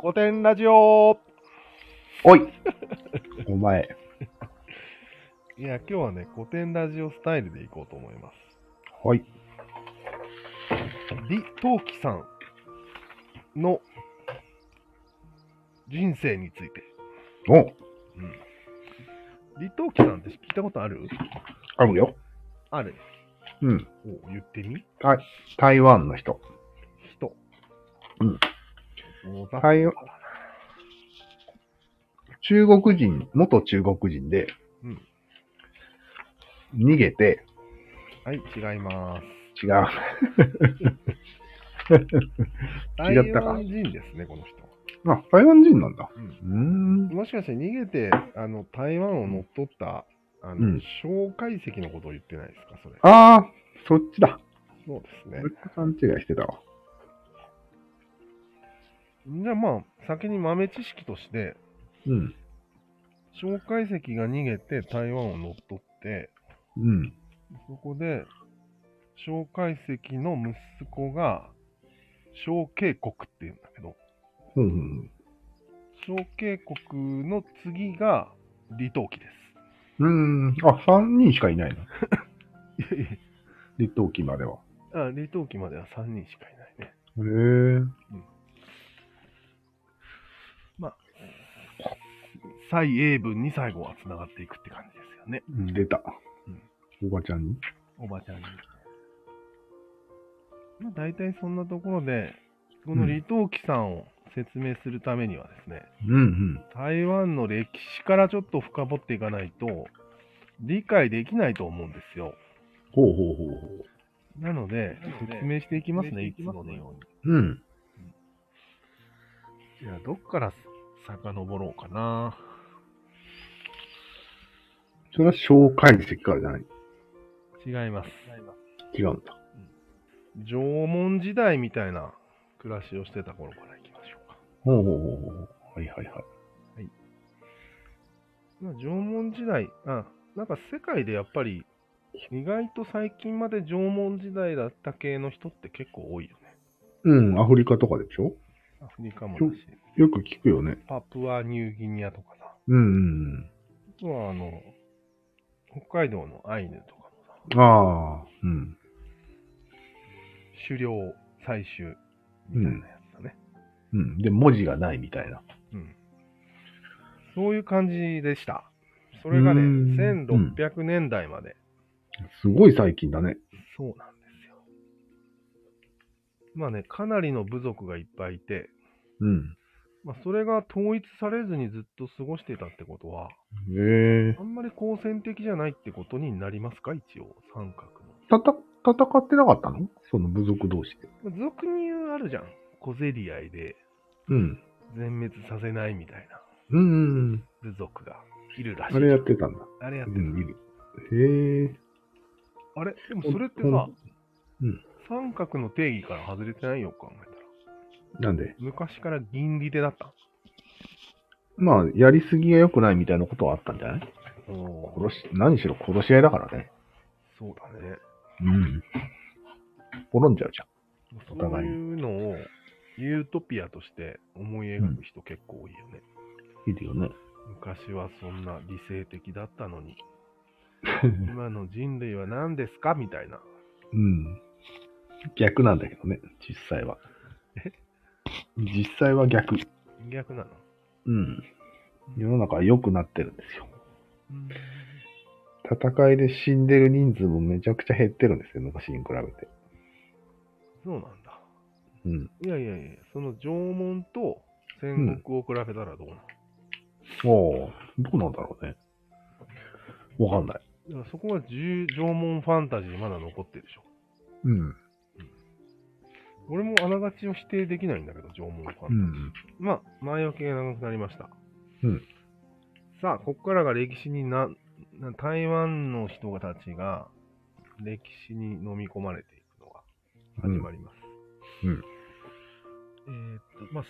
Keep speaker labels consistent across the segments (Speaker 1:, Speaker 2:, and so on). Speaker 1: 古典ラジオ
Speaker 2: おいお前。
Speaker 1: いや、今日はね、古典ラジオスタイルでいこうと思います。
Speaker 2: はい。
Speaker 1: 李登輝さんの人生について。
Speaker 2: お
Speaker 1: 李登輝さんって聞いたことある
Speaker 2: あるよ。
Speaker 1: ある。
Speaker 2: うん。
Speaker 1: お言ってみ
Speaker 2: 台湾の人。
Speaker 1: 人。
Speaker 2: うん。
Speaker 1: おざ
Speaker 2: 台湾。中国人、元中国人で、
Speaker 1: うん
Speaker 2: 逃げて、
Speaker 1: はい、違います。
Speaker 2: 違う。
Speaker 1: 台
Speaker 2: 違ったか
Speaker 1: 湾人ですね、この人。
Speaker 2: あ、台湾人なんだ。
Speaker 1: うん
Speaker 2: うーん。
Speaker 1: もしかして逃げてあの台湾を乗っ取ったあの、
Speaker 2: うん
Speaker 1: 介石のことを言ってないですか、それ。
Speaker 2: ああ、そっちだ。
Speaker 1: そうですね
Speaker 2: 俺。と勘違いしてたわ。
Speaker 1: じゃあまあ、先に豆知識として、
Speaker 2: うん。
Speaker 1: 蒋介石が逃げて台湾を乗っ取って、
Speaker 2: うん。
Speaker 1: そこで、蒋介石の息子が、蒋介国っていうんだけど、
Speaker 2: ほうほうほう
Speaker 1: 蒋介国の次が李登輝で
Speaker 2: うーん。あ、3人しかいないの。
Speaker 1: す。いやい
Speaker 2: 立冬期までは。
Speaker 1: や、あ李登輝までは3人しかいないね。
Speaker 2: へえ。
Speaker 1: 蔡英文に最後は繋がっていくって感じですよね。
Speaker 2: うん出た
Speaker 1: うん。
Speaker 2: おばちゃんに。
Speaker 1: おばちゃんに。まあ、大体そんなところで、この李登輝さんを説明するためにはですね、
Speaker 2: うんうん。
Speaker 1: 台湾の歴史からちょっと深掘っていかないと、理解できないと思うんですよ。
Speaker 2: ほうほうほうほう。
Speaker 1: なので、説明していきますね、いつものように。
Speaker 2: うん。
Speaker 1: じゃあ、どっから遡ろうかな。
Speaker 2: それは蒋介石からじゃない。
Speaker 1: 違います。
Speaker 2: 違うんだ。
Speaker 1: 縄文時代みたいな暮らしをしてた頃からいきましょうか。
Speaker 2: ほうほうほうほう。はいはいはい。
Speaker 1: まあ、縄文時代、あ、なんか世界でやっぱり、意外と最近まで縄文時代だった系の人って結構多いよね。
Speaker 2: うん、アフリカとかでしょ
Speaker 1: アフリカもだし、
Speaker 2: よく聞くよね。
Speaker 1: パプアニューギニアとかさ、
Speaker 2: うん、うん
Speaker 1: あとはあの、北海道のアイヌとかもさ、
Speaker 2: うん。ああ、うん。
Speaker 1: 狩猟、採集みたいなやつだね。
Speaker 2: うん。で、文字がないみたいな。
Speaker 1: うん。そういう感じでした。それがね、
Speaker 2: うーん
Speaker 1: 1600年代まで。
Speaker 2: すごい最近だね。
Speaker 1: そうなんですよ。まあね、かなりの部族がいっぱいいて、
Speaker 2: うん。
Speaker 1: まあ、それが統一されずにずっと過ごしてたってことは、
Speaker 2: へえ。
Speaker 1: あんまり好戦的じゃないってことになりますか、一応、三角
Speaker 2: たた、戦ってなかったのその部族同士で。
Speaker 1: の。俗に言うあるじゃん。小競り合いで
Speaker 2: うん。
Speaker 1: 全滅させないみたいな
Speaker 2: うんうんうん。
Speaker 1: 部族がいるらしい。
Speaker 2: あれやってたんだ。
Speaker 1: あれやっ
Speaker 2: う
Speaker 1: て
Speaker 2: ん
Speaker 1: た、
Speaker 2: いる。へえ。
Speaker 1: あれでもそれってさ、
Speaker 2: うん
Speaker 1: 三角の定義から外れてないよ、考えたら。
Speaker 2: なんで
Speaker 1: 昔から銀利手だった。
Speaker 2: まあ、やりすぎが良くないみたいなことはあったんじゃない
Speaker 1: お
Speaker 2: 殺し、何しろ殺し合いだからね。
Speaker 1: そうだね。
Speaker 2: うん。滅んじゃうじゃん。お
Speaker 1: そう
Speaker 2: 互い
Speaker 1: いうのをユートピアとして思い描く人結構多いよね。
Speaker 2: いるよね。
Speaker 1: 昔はそんな理性的だったの に、今の人類は何ですかみたいな。
Speaker 2: うん。逆なんだけどね、実際は。実際は逆。
Speaker 1: 逆なの。
Speaker 2: うん。世の中は良くなってるんですよ。
Speaker 1: うん
Speaker 2: 戦いで死んでる人数もめちゃくちゃ減ってるんですよ、昔に比べて。
Speaker 1: そうなんだ。
Speaker 2: うん。
Speaker 1: いやいやいや、その縄文と戦国を比べたらどうなの、
Speaker 2: おーどうなんだろうね。わかんない。
Speaker 1: だからそこは十縄文ファンタジーまだ残ってるでしょ。
Speaker 2: うん。
Speaker 1: 俺もあながちを否定できないんだけど、縄文ファンタジー。
Speaker 2: うん。
Speaker 1: まあ、前置きが長くなりました。
Speaker 2: うん
Speaker 1: さあ、ここからが歴史にな、な台湾の人たちが歴史に飲み込まれていくのが始まります。
Speaker 2: うん
Speaker 3: えーっとまあ、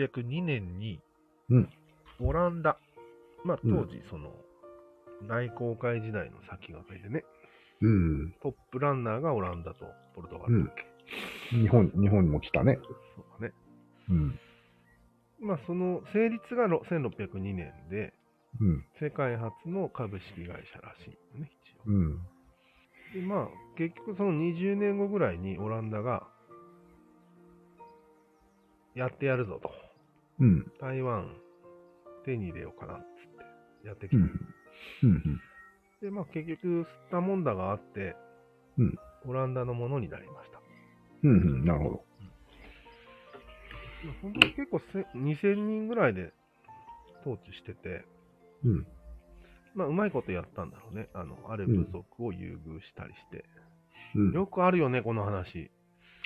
Speaker 3: 1602年に、
Speaker 2: うん
Speaker 3: オランダ、
Speaker 1: まあ、
Speaker 2: うん
Speaker 1: 当時、その、大航海時代の先駆けでね、
Speaker 2: うん。
Speaker 1: トップランナーがオランダとポルトガルだっけ、
Speaker 2: 日本、日本にも来たね。
Speaker 1: そうだね。
Speaker 2: うん。
Speaker 1: まあ、その成立がろ1602年で、
Speaker 2: うん。
Speaker 1: 世界初の株式会社らしいよね、一応。
Speaker 2: うん。
Speaker 1: でまあ、結局その20年後ぐらいにオランダが、やってやるぞと。
Speaker 2: うん。
Speaker 1: 台湾手に入れようかなっつってやってき
Speaker 2: う
Speaker 1: た。
Speaker 2: ん。うん。
Speaker 1: で、まあ結局吸ったもんだがあって、
Speaker 2: うん
Speaker 1: オランダのものになりました。
Speaker 2: うん。うん。なるほど。
Speaker 1: まあ本当に結構せ2000人ぐらいで統治してて、
Speaker 2: うん。
Speaker 1: まあうまいことやったんだろうね。あの、ある部族を優遇したりして。
Speaker 2: うん。
Speaker 1: よくあるよね、この話。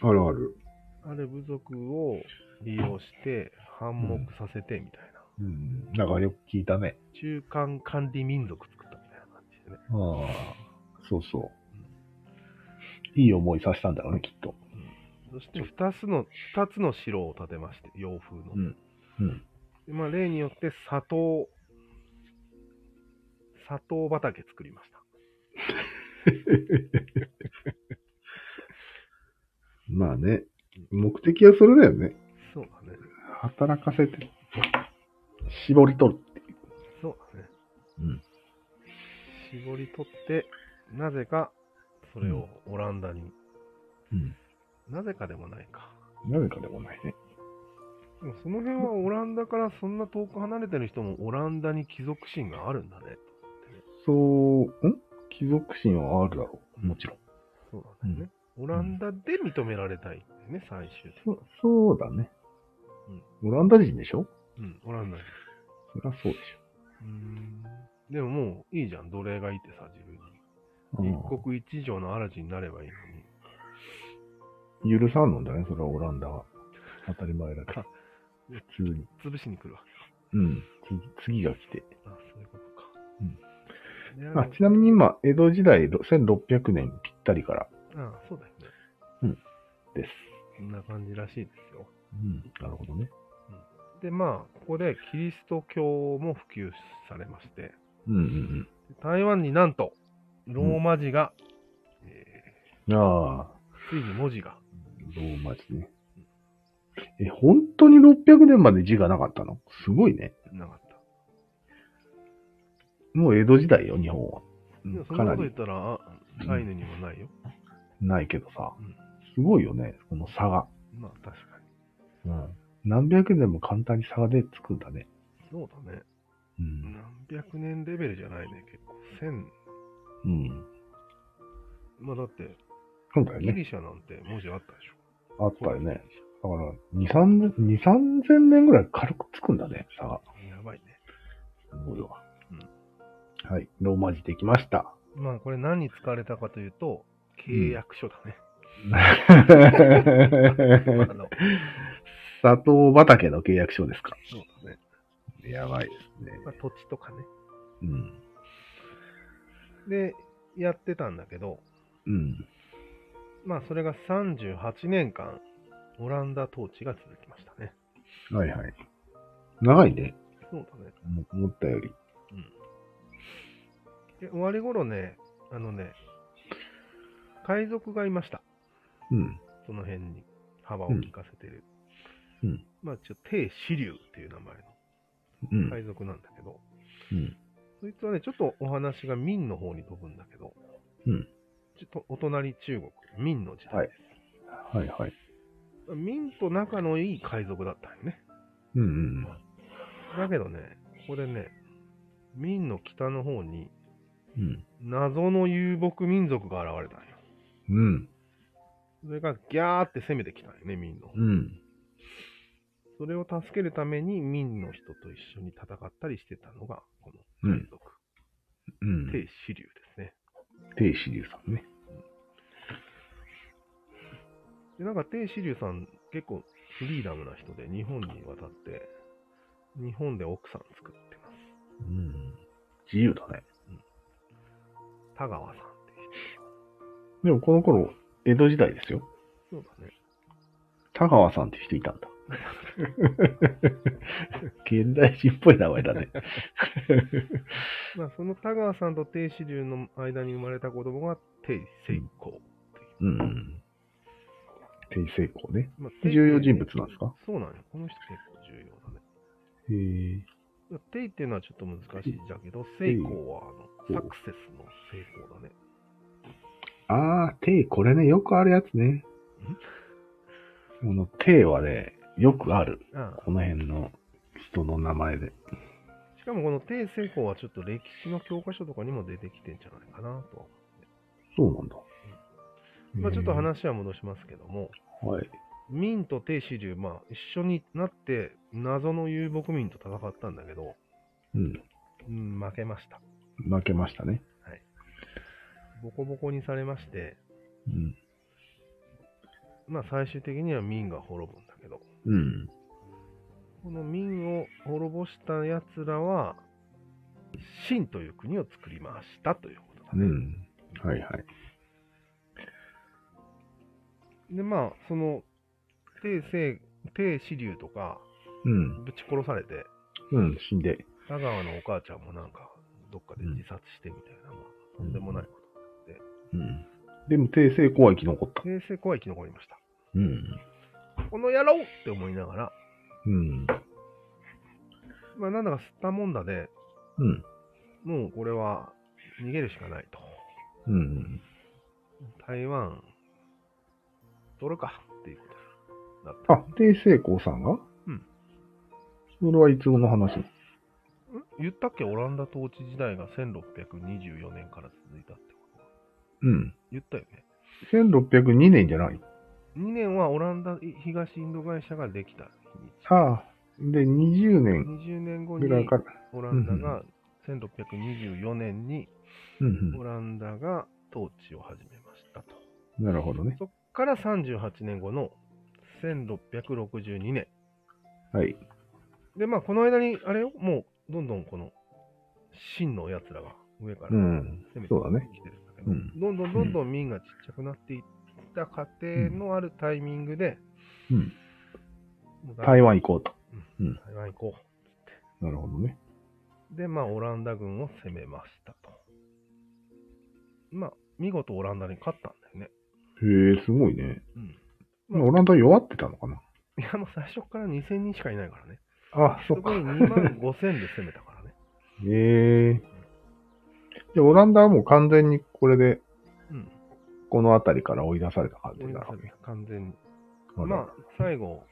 Speaker 2: あるある。
Speaker 1: ある部族を利用して反目させてみたいな。
Speaker 2: うん。だからよく聞いたね。
Speaker 1: 中間管理民族作ったみたいな感じでね。
Speaker 2: ああ。そうそう。いい思いさせたんだろうね、きっと。
Speaker 1: そして2つの、二つの城を建てまして、洋風の。
Speaker 2: ん。うん。
Speaker 1: でまあ、例によって砂糖、砂糖畑作りました。
Speaker 2: まあね。目的はそれだよね。
Speaker 1: そうだね。
Speaker 2: 働かせて、絞り取る。
Speaker 1: そうだね。
Speaker 2: うん。
Speaker 1: 絞り取って、なぜか、それをオランダに、
Speaker 2: うん。
Speaker 1: なぜかでもないか。
Speaker 2: なぜかでもないね。
Speaker 1: でもその辺はオランダからそんな遠く離れてる人もオランダに貴族心があるんだね。
Speaker 2: そう、ん貴族心はあるだろう。もちろん。
Speaker 1: そうだね。オランダで認められたいんだよね、最終的に。
Speaker 2: そそうだね。オランダ人でしょ
Speaker 1: うん、オランダに。
Speaker 2: そりゃそうでし
Speaker 1: うん。でももういいじゃん、奴隷がいてさ、自分に。
Speaker 2: ょ。
Speaker 1: 一国一城の嵐になればいいのに。
Speaker 2: 許さんのんだね、それはオランダは。当たり前だから。普通に。
Speaker 1: 潰しに来るわけ
Speaker 2: うん。次が来て。
Speaker 1: か。あ、そういうことか。
Speaker 2: うん
Speaker 1: で。あ
Speaker 2: あ
Speaker 1: の
Speaker 2: ちなみに今、江戸時代1600年ぴったりから
Speaker 1: あ、そうだよね。
Speaker 2: です。
Speaker 1: こんな感じらしいですよ。
Speaker 2: うん。なるほどね。
Speaker 1: で、まあ、ここでキリスト教も普及されまして、
Speaker 2: うんうん
Speaker 1: 台湾になんと、ローマ字が、え
Speaker 2: うん。ああ、
Speaker 1: ーついに文字が、
Speaker 2: ローマ字ね。え、本当に600年まで字がなかったのすごいね。
Speaker 1: なかった。
Speaker 2: もう江戸時代よ、日本は。う
Speaker 1: でも
Speaker 2: ん
Speaker 1: そん
Speaker 2: か
Speaker 1: なこ
Speaker 2: な
Speaker 1: と言っ
Speaker 2: り
Speaker 1: たら、あ
Speaker 2: うん
Speaker 1: アイヌにもないよ。
Speaker 2: ないけどさ
Speaker 1: うん。
Speaker 2: すごいよね、この差が。
Speaker 1: まあ、確かに。
Speaker 2: うん。何百年も簡単に差が出てつくんだね。
Speaker 1: そうだね。
Speaker 2: うん。
Speaker 1: 何百年レベルじゃないね、結構。千、
Speaker 2: うん。
Speaker 1: まあだって、
Speaker 2: そうだよ
Speaker 1: ギ
Speaker 2: ね。
Speaker 1: リシャなんて文字あったでしょ。
Speaker 2: あったよね。だから、2、3、二三千年ぐらい軽くつくんだね、差が。
Speaker 1: やばいね。
Speaker 2: すごいわ。
Speaker 1: うん
Speaker 2: はい。ローマ字できま した。
Speaker 1: まあこれ何に使われたかというと、契約書だね。 あの
Speaker 2: 砂糖畑の契約書ですか。
Speaker 1: そうだね。
Speaker 2: やばいですね。
Speaker 1: まあ、土地とかね。
Speaker 2: うん。
Speaker 1: で、やってたんだけど、
Speaker 2: うん。
Speaker 1: まあそれが38年間、オランダ統治が続きましたね。
Speaker 2: はいはい。長いね。
Speaker 1: そうだね。
Speaker 2: も思ったより。
Speaker 1: うん。で、終わり頃ね、あのね、海賊がいました。
Speaker 2: うん。
Speaker 1: その辺に幅を利かせてる。
Speaker 2: うんうん
Speaker 1: まあちょ、帝支流っていう名前
Speaker 2: う
Speaker 1: の
Speaker 2: ん。
Speaker 1: 海賊なんだけど、
Speaker 2: うん。
Speaker 1: そいつはね、ちょっとお話が明の方に飛ぶんだけど、
Speaker 2: うん
Speaker 1: ちょっとお隣中国、明の時代。
Speaker 2: はいはいはい。
Speaker 1: 明と仲のいい海賊だったんよね。
Speaker 2: うんうん
Speaker 1: だけどね、これね、明の北の方に
Speaker 2: うん。
Speaker 1: 謎の遊牧民族が現れたんよ。
Speaker 2: うん。
Speaker 1: それがギャーって攻めてきたんよね、明の方。
Speaker 2: うん。
Speaker 1: それを助けるために明の人と一緒に戦ったりしてたのが、この海賊、
Speaker 2: うん。
Speaker 1: 帝支流ですね。
Speaker 2: 定子流さんね。
Speaker 1: で、なんか、鄭志龍さん、結構フリーダムな人で、日本に渡って、日本で奥さん作ってます。
Speaker 2: うん。自由だね。
Speaker 1: 田川さんっていう
Speaker 2: でもこの頃、江戸時代ですよ。
Speaker 1: 人。そうだね。
Speaker 2: 田田川さんって人いたん だ。現代人っぽい名前だね。
Speaker 1: まあ、その田川さんと鄭子龍の間に生まれた子供が鄭成功。
Speaker 2: うん。定成功ね。
Speaker 1: まあ
Speaker 2: 重要人物なんですか
Speaker 1: そうなのよ。この人結構重要だね。
Speaker 2: へえ。
Speaker 1: テイっていうのはちょっと難しいんだけど、成功はあ
Speaker 2: うん
Speaker 1: のサクセスの成功だね。
Speaker 2: あー、定、これね、よくあるやつね。この定はね、よくある。
Speaker 1: あ
Speaker 2: この辺の人の名前で。
Speaker 1: あしかもこの定成功はちょっと歴史の教科書とかにも出てきてんじゃないかなとは。
Speaker 2: そうなんだ。
Speaker 1: まあ、ちょっと
Speaker 2: へー
Speaker 1: 話は戻しますけども、
Speaker 2: はい。
Speaker 1: 明と定子流、まあ、一緒になって謎の遊牧民と戦ったんだけど、
Speaker 2: うん。
Speaker 1: うん、負けました。
Speaker 2: 負けましたね。
Speaker 1: ボコボコにされまして、
Speaker 2: うん。
Speaker 1: まあ、最終的には明が滅ぶんだけど、
Speaker 2: うん。
Speaker 1: この明を滅ぼしたやつらは、秦という国を作りましたということだ
Speaker 2: う
Speaker 1: ね。
Speaker 2: ん。はいはい。
Speaker 1: で、まあ、その、帝政、帝子竜とか、
Speaker 2: うん。
Speaker 1: ぶち殺されて、
Speaker 2: うん、死んで。
Speaker 1: 田川のお母ちゃんもなんか、どっかで自殺してみたいな、まあ、とんでもないこ
Speaker 2: うん。でも、帝政功は生き残った
Speaker 1: と。。帝政子は生き残りました。
Speaker 2: うん。
Speaker 1: この野郎って思いながら、
Speaker 2: うん。
Speaker 1: まあ、なんだか吸ったもんだで、
Speaker 2: うん。
Speaker 1: もうこれは逃げるしかないと。
Speaker 2: うん。
Speaker 1: 台湾、取るかっていうことだった。
Speaker 2: あ、帝政功さんが
Speaker 1: うん。
Speaker 2: それはいつの話
Speaker 1: ん言ったっけオランダ統治時代が1624年から続いたってことは。
Speaker 2: うん。
Speaker 1: 言ったよね。
Speaker 2: 1602年じゃない
Speaker 1: 2年はオランダ東インド会社ができた日にち。
Speaker 2: ああ。で、20年
Speaker 1: 20年後に
Speaker 2: ぐらいから。
Speaker 1: オランダが、1624年に
Speaker 2: うん
Speaker 1: オランダが統治を始めましたと。
Speaker 2: うん。なるほどね。
Speaker 1: そっから38年後の1662年。
Speaker 2: はい。
Speaker 1: で、まあ、この間に、あれよ、もう、どんどんこの、真のやつらが上から
Speaker 2: うん。
Speaker 1: 攻めて
Speaker 2: そうだね
Speaker 1: きてるんだけど、
Speaker 2: うん
Speaker 1: どんどんどんどん民がちっちゃくなっていった過程のあるタイミングで、
Speaker 2: うん。
Speaker 1: もうだ
Speaker 2: 台湾行こうと。うん
Speaker 1: 台湾行こ
Speaker 2: なるほどね。
Speaker 1: う。で、まあ、オランダ軍を攻めましたと。まあ、見事オランダに勝ったんだよね。
Speaker 2: へえ、すごいね。
Speaker 1: うん。まあ
Speaker 2: オランダ弱ってたのかない
Speaker 1: や、もう最初から2000人しかいないからね。
Speaker 2: あ、
Speaker 1: そ
Speaker 2: そっ
Speaker 1: こ
Speaker 2: か
Speaker 1: に。2万5000で攻めたからね。
Speaker 2: へえ。じゃあ、オランダはもう完全にこれで
Speaker 1: うん。
Speaker 2: この辺りから追い出された感じになるわけ。
Speaker 1: 完全に。
Speaker 2: なる
Speaker 1: まあ、最後、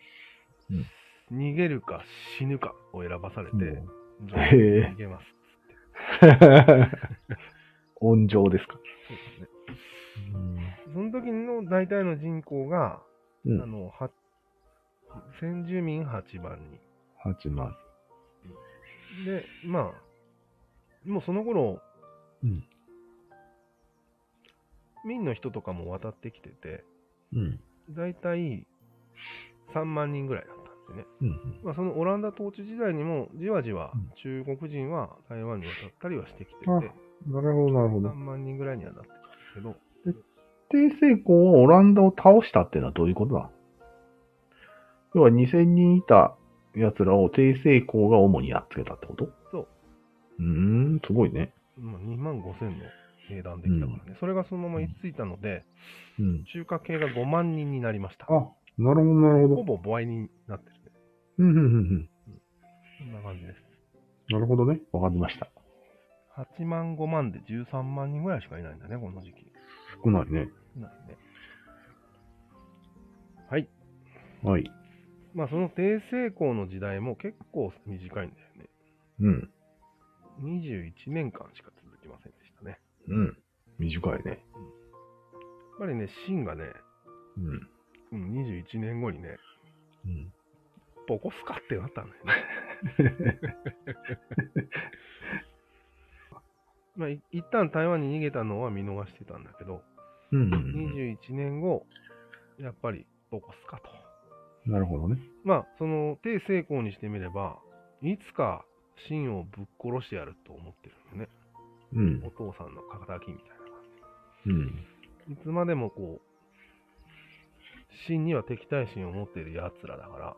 Speaker 2: うん
Speaker 1: 逃げるか死ぬかを選ばされて、じゃあ
Speaker 2: へえ
Speaker 1: 逃げます。
Speaker 2: ほど 温情ですか。
Speaker 1: そうですね。その時の大体の人口が、
Speaker 2: う
Speaker 1: あ
Speaker 2: ん。
Speaker 1: の、は先住民8万人。
Speaker 2: 8万。
Speaker 1: で、まあ、もうその頃、
Speaker 2: うん
Speaker 1: 民の人とかも渡ってきてて、
Speaker 2: うん。
Speaker 1: 大体3万人ぐらいだったんでね。
Speaker 2: うん。
Speaker 1: まあ、そのオランダ統治時代にも、じわじわ
Speaker 2: うん
Speaker 1: 中国人は台湾に渡ったりはしてきてて、
Speaker 2: あなるほど、なるほ
Speaker 1: 3
Speaker 2: ど。
Speaker 1: 万人ぐらいにはなってたんですけど、
Speaker 2: 帝政公はオランダを倒したっていうのはどういうことだ要は2000人いた奴らを帝政公が主にやっつけたってこと
Speaker 1: そう。
Speaker 2: うーん、すごいね。
Speaker 1: まあ、2万5千の兵団できたからね、それがそのまま居ついたので、
Speaker 2: うん。
Speaker 1: 中華系が5万人になりました。
Speaker 2: あ、なるほど、なるほ
Speaker 1: ほぼ
Speaker 2: ど。
Speaker 1: 倍になってるね。
Speaker 2: うん、うん、うん。
Speaker 1: そんな感じです。
Speaker 2: なるほどね。わかりました。
Speaker 1: 8万5万で13万人ぐらいしかいないんだね、この時期。
Speaker 2: 少ないね。
Speaker 1: ないね。はい。
Speaker 2: はい。
Speaker 1: まあ、その帝政公の時代も結構短いんだよね。
Speaker 2: うん。
Speaker 1: 21年間しか続きませんでしたね。
Speaker 2: うん。短いね。
Speaker 1: やっぱりね、秦がね、
Speaker 2: うん。
Speaker 1: うん21年後にね、
Speaker 2: うん
Speaker 1: ボコスカってなったんだよね。 まあ、い一旦台湾に逃げたのは見逃してたんだけど、
Speaker 2: うんうん
Speaker 1: 21年後、やっぱりボコスカと。
Speaker 2: うん。なるほどね。
Speaker 1: まあ、その、帝成功にしてみれば、いつか秦をぶっ殺してやると思ってるんだよね。
Speaker 2: うん
Speaker 1: お。父さんの仇みたいな感
Speaker 2: うん。
Speaker 1: じ。いつまでもこう、真には敵対心を持っている奴らだから、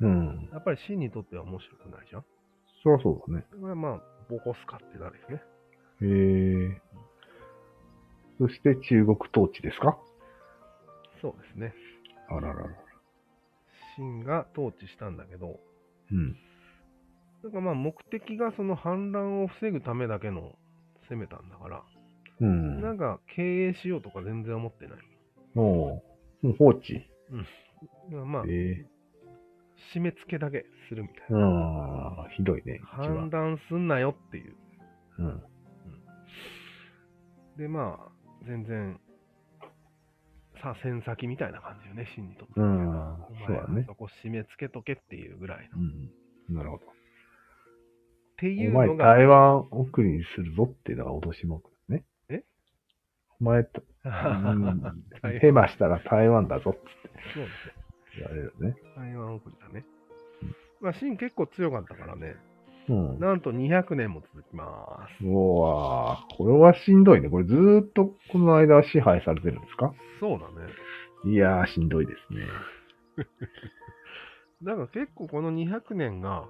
Speaker 2: うん。
Speaker 1: やっぱり真にとっては面白くないじゃん。
Speaker 2: そりゃそうだね。
Speaker 1: これはまあ、ボコスカってなるよね。
Speaker 2: へえ。そして中国統治ですか
Speaker 1: そうですね。
Speaker 2: あららら。
Speaker 1: 真が統治したんだけど、
Speaker 2: うん。
Speaker 1: なんかまあ目的がその反乱を防ぐためだけの攻めたんだから、
Speaker 2: うん。
Speaker 1: なんか経営しようとか全然思ってない。
Speaker 2: もう、もう放置。
Speaker 1: だからまあ、
Speaker 2: ええ
Speaker 1: 締め付けだけするみたいな。
Speaker 2: ああ、ひどいね、一
Speaker 1: 反
Speaker 2: 番。
Speaker 1: 乱すんなよっていう。
Speaker 2: うん。
Speaker 1: でまあ、全然、さあ、先先みたいな感じよね、真にとって
Speaker 2: う
Speaker 1: は。
Speaker 2: ん
Speaker 1: お
Speaker 2: そう
Speaker 1: 前
Speaker 2: だ
Speaker 1: は
Speaker 2: ね
Speaker 1: そこ締め付けとけっていうぐらいの。
Speaker 2: う
Speaker 1: っ
Speaker 2: ん。なるほど。
Speaker 1: てい
Speaker 2: お
Speaker 1: う
Speaker 2: 前、
Speaker 1: のが、
Speaker 2: 台湾送りにするぞっていうのが脅し文句ですね。
Speaker 1: え
Speaker 2: お前 と、
Speaker 1: そう台湾
Speaker 2: ヘマしたら台湾だぞって
Speaker 1: です
Speaker 2: 言われるね。
Speaker 1: 台湾送りだね。まあ、真結構強かったからね、
Speaker 2: うん。
Speaker 1: なんと200年も続きま
Speaker 2: うわぁ、これはしんどいね。これずーっとこの間は支配されてるんですか
Speaker 1: す。そうだね。
Speaker 2: いやー、しんどいですね。
Speaker 1: だから結構この200年が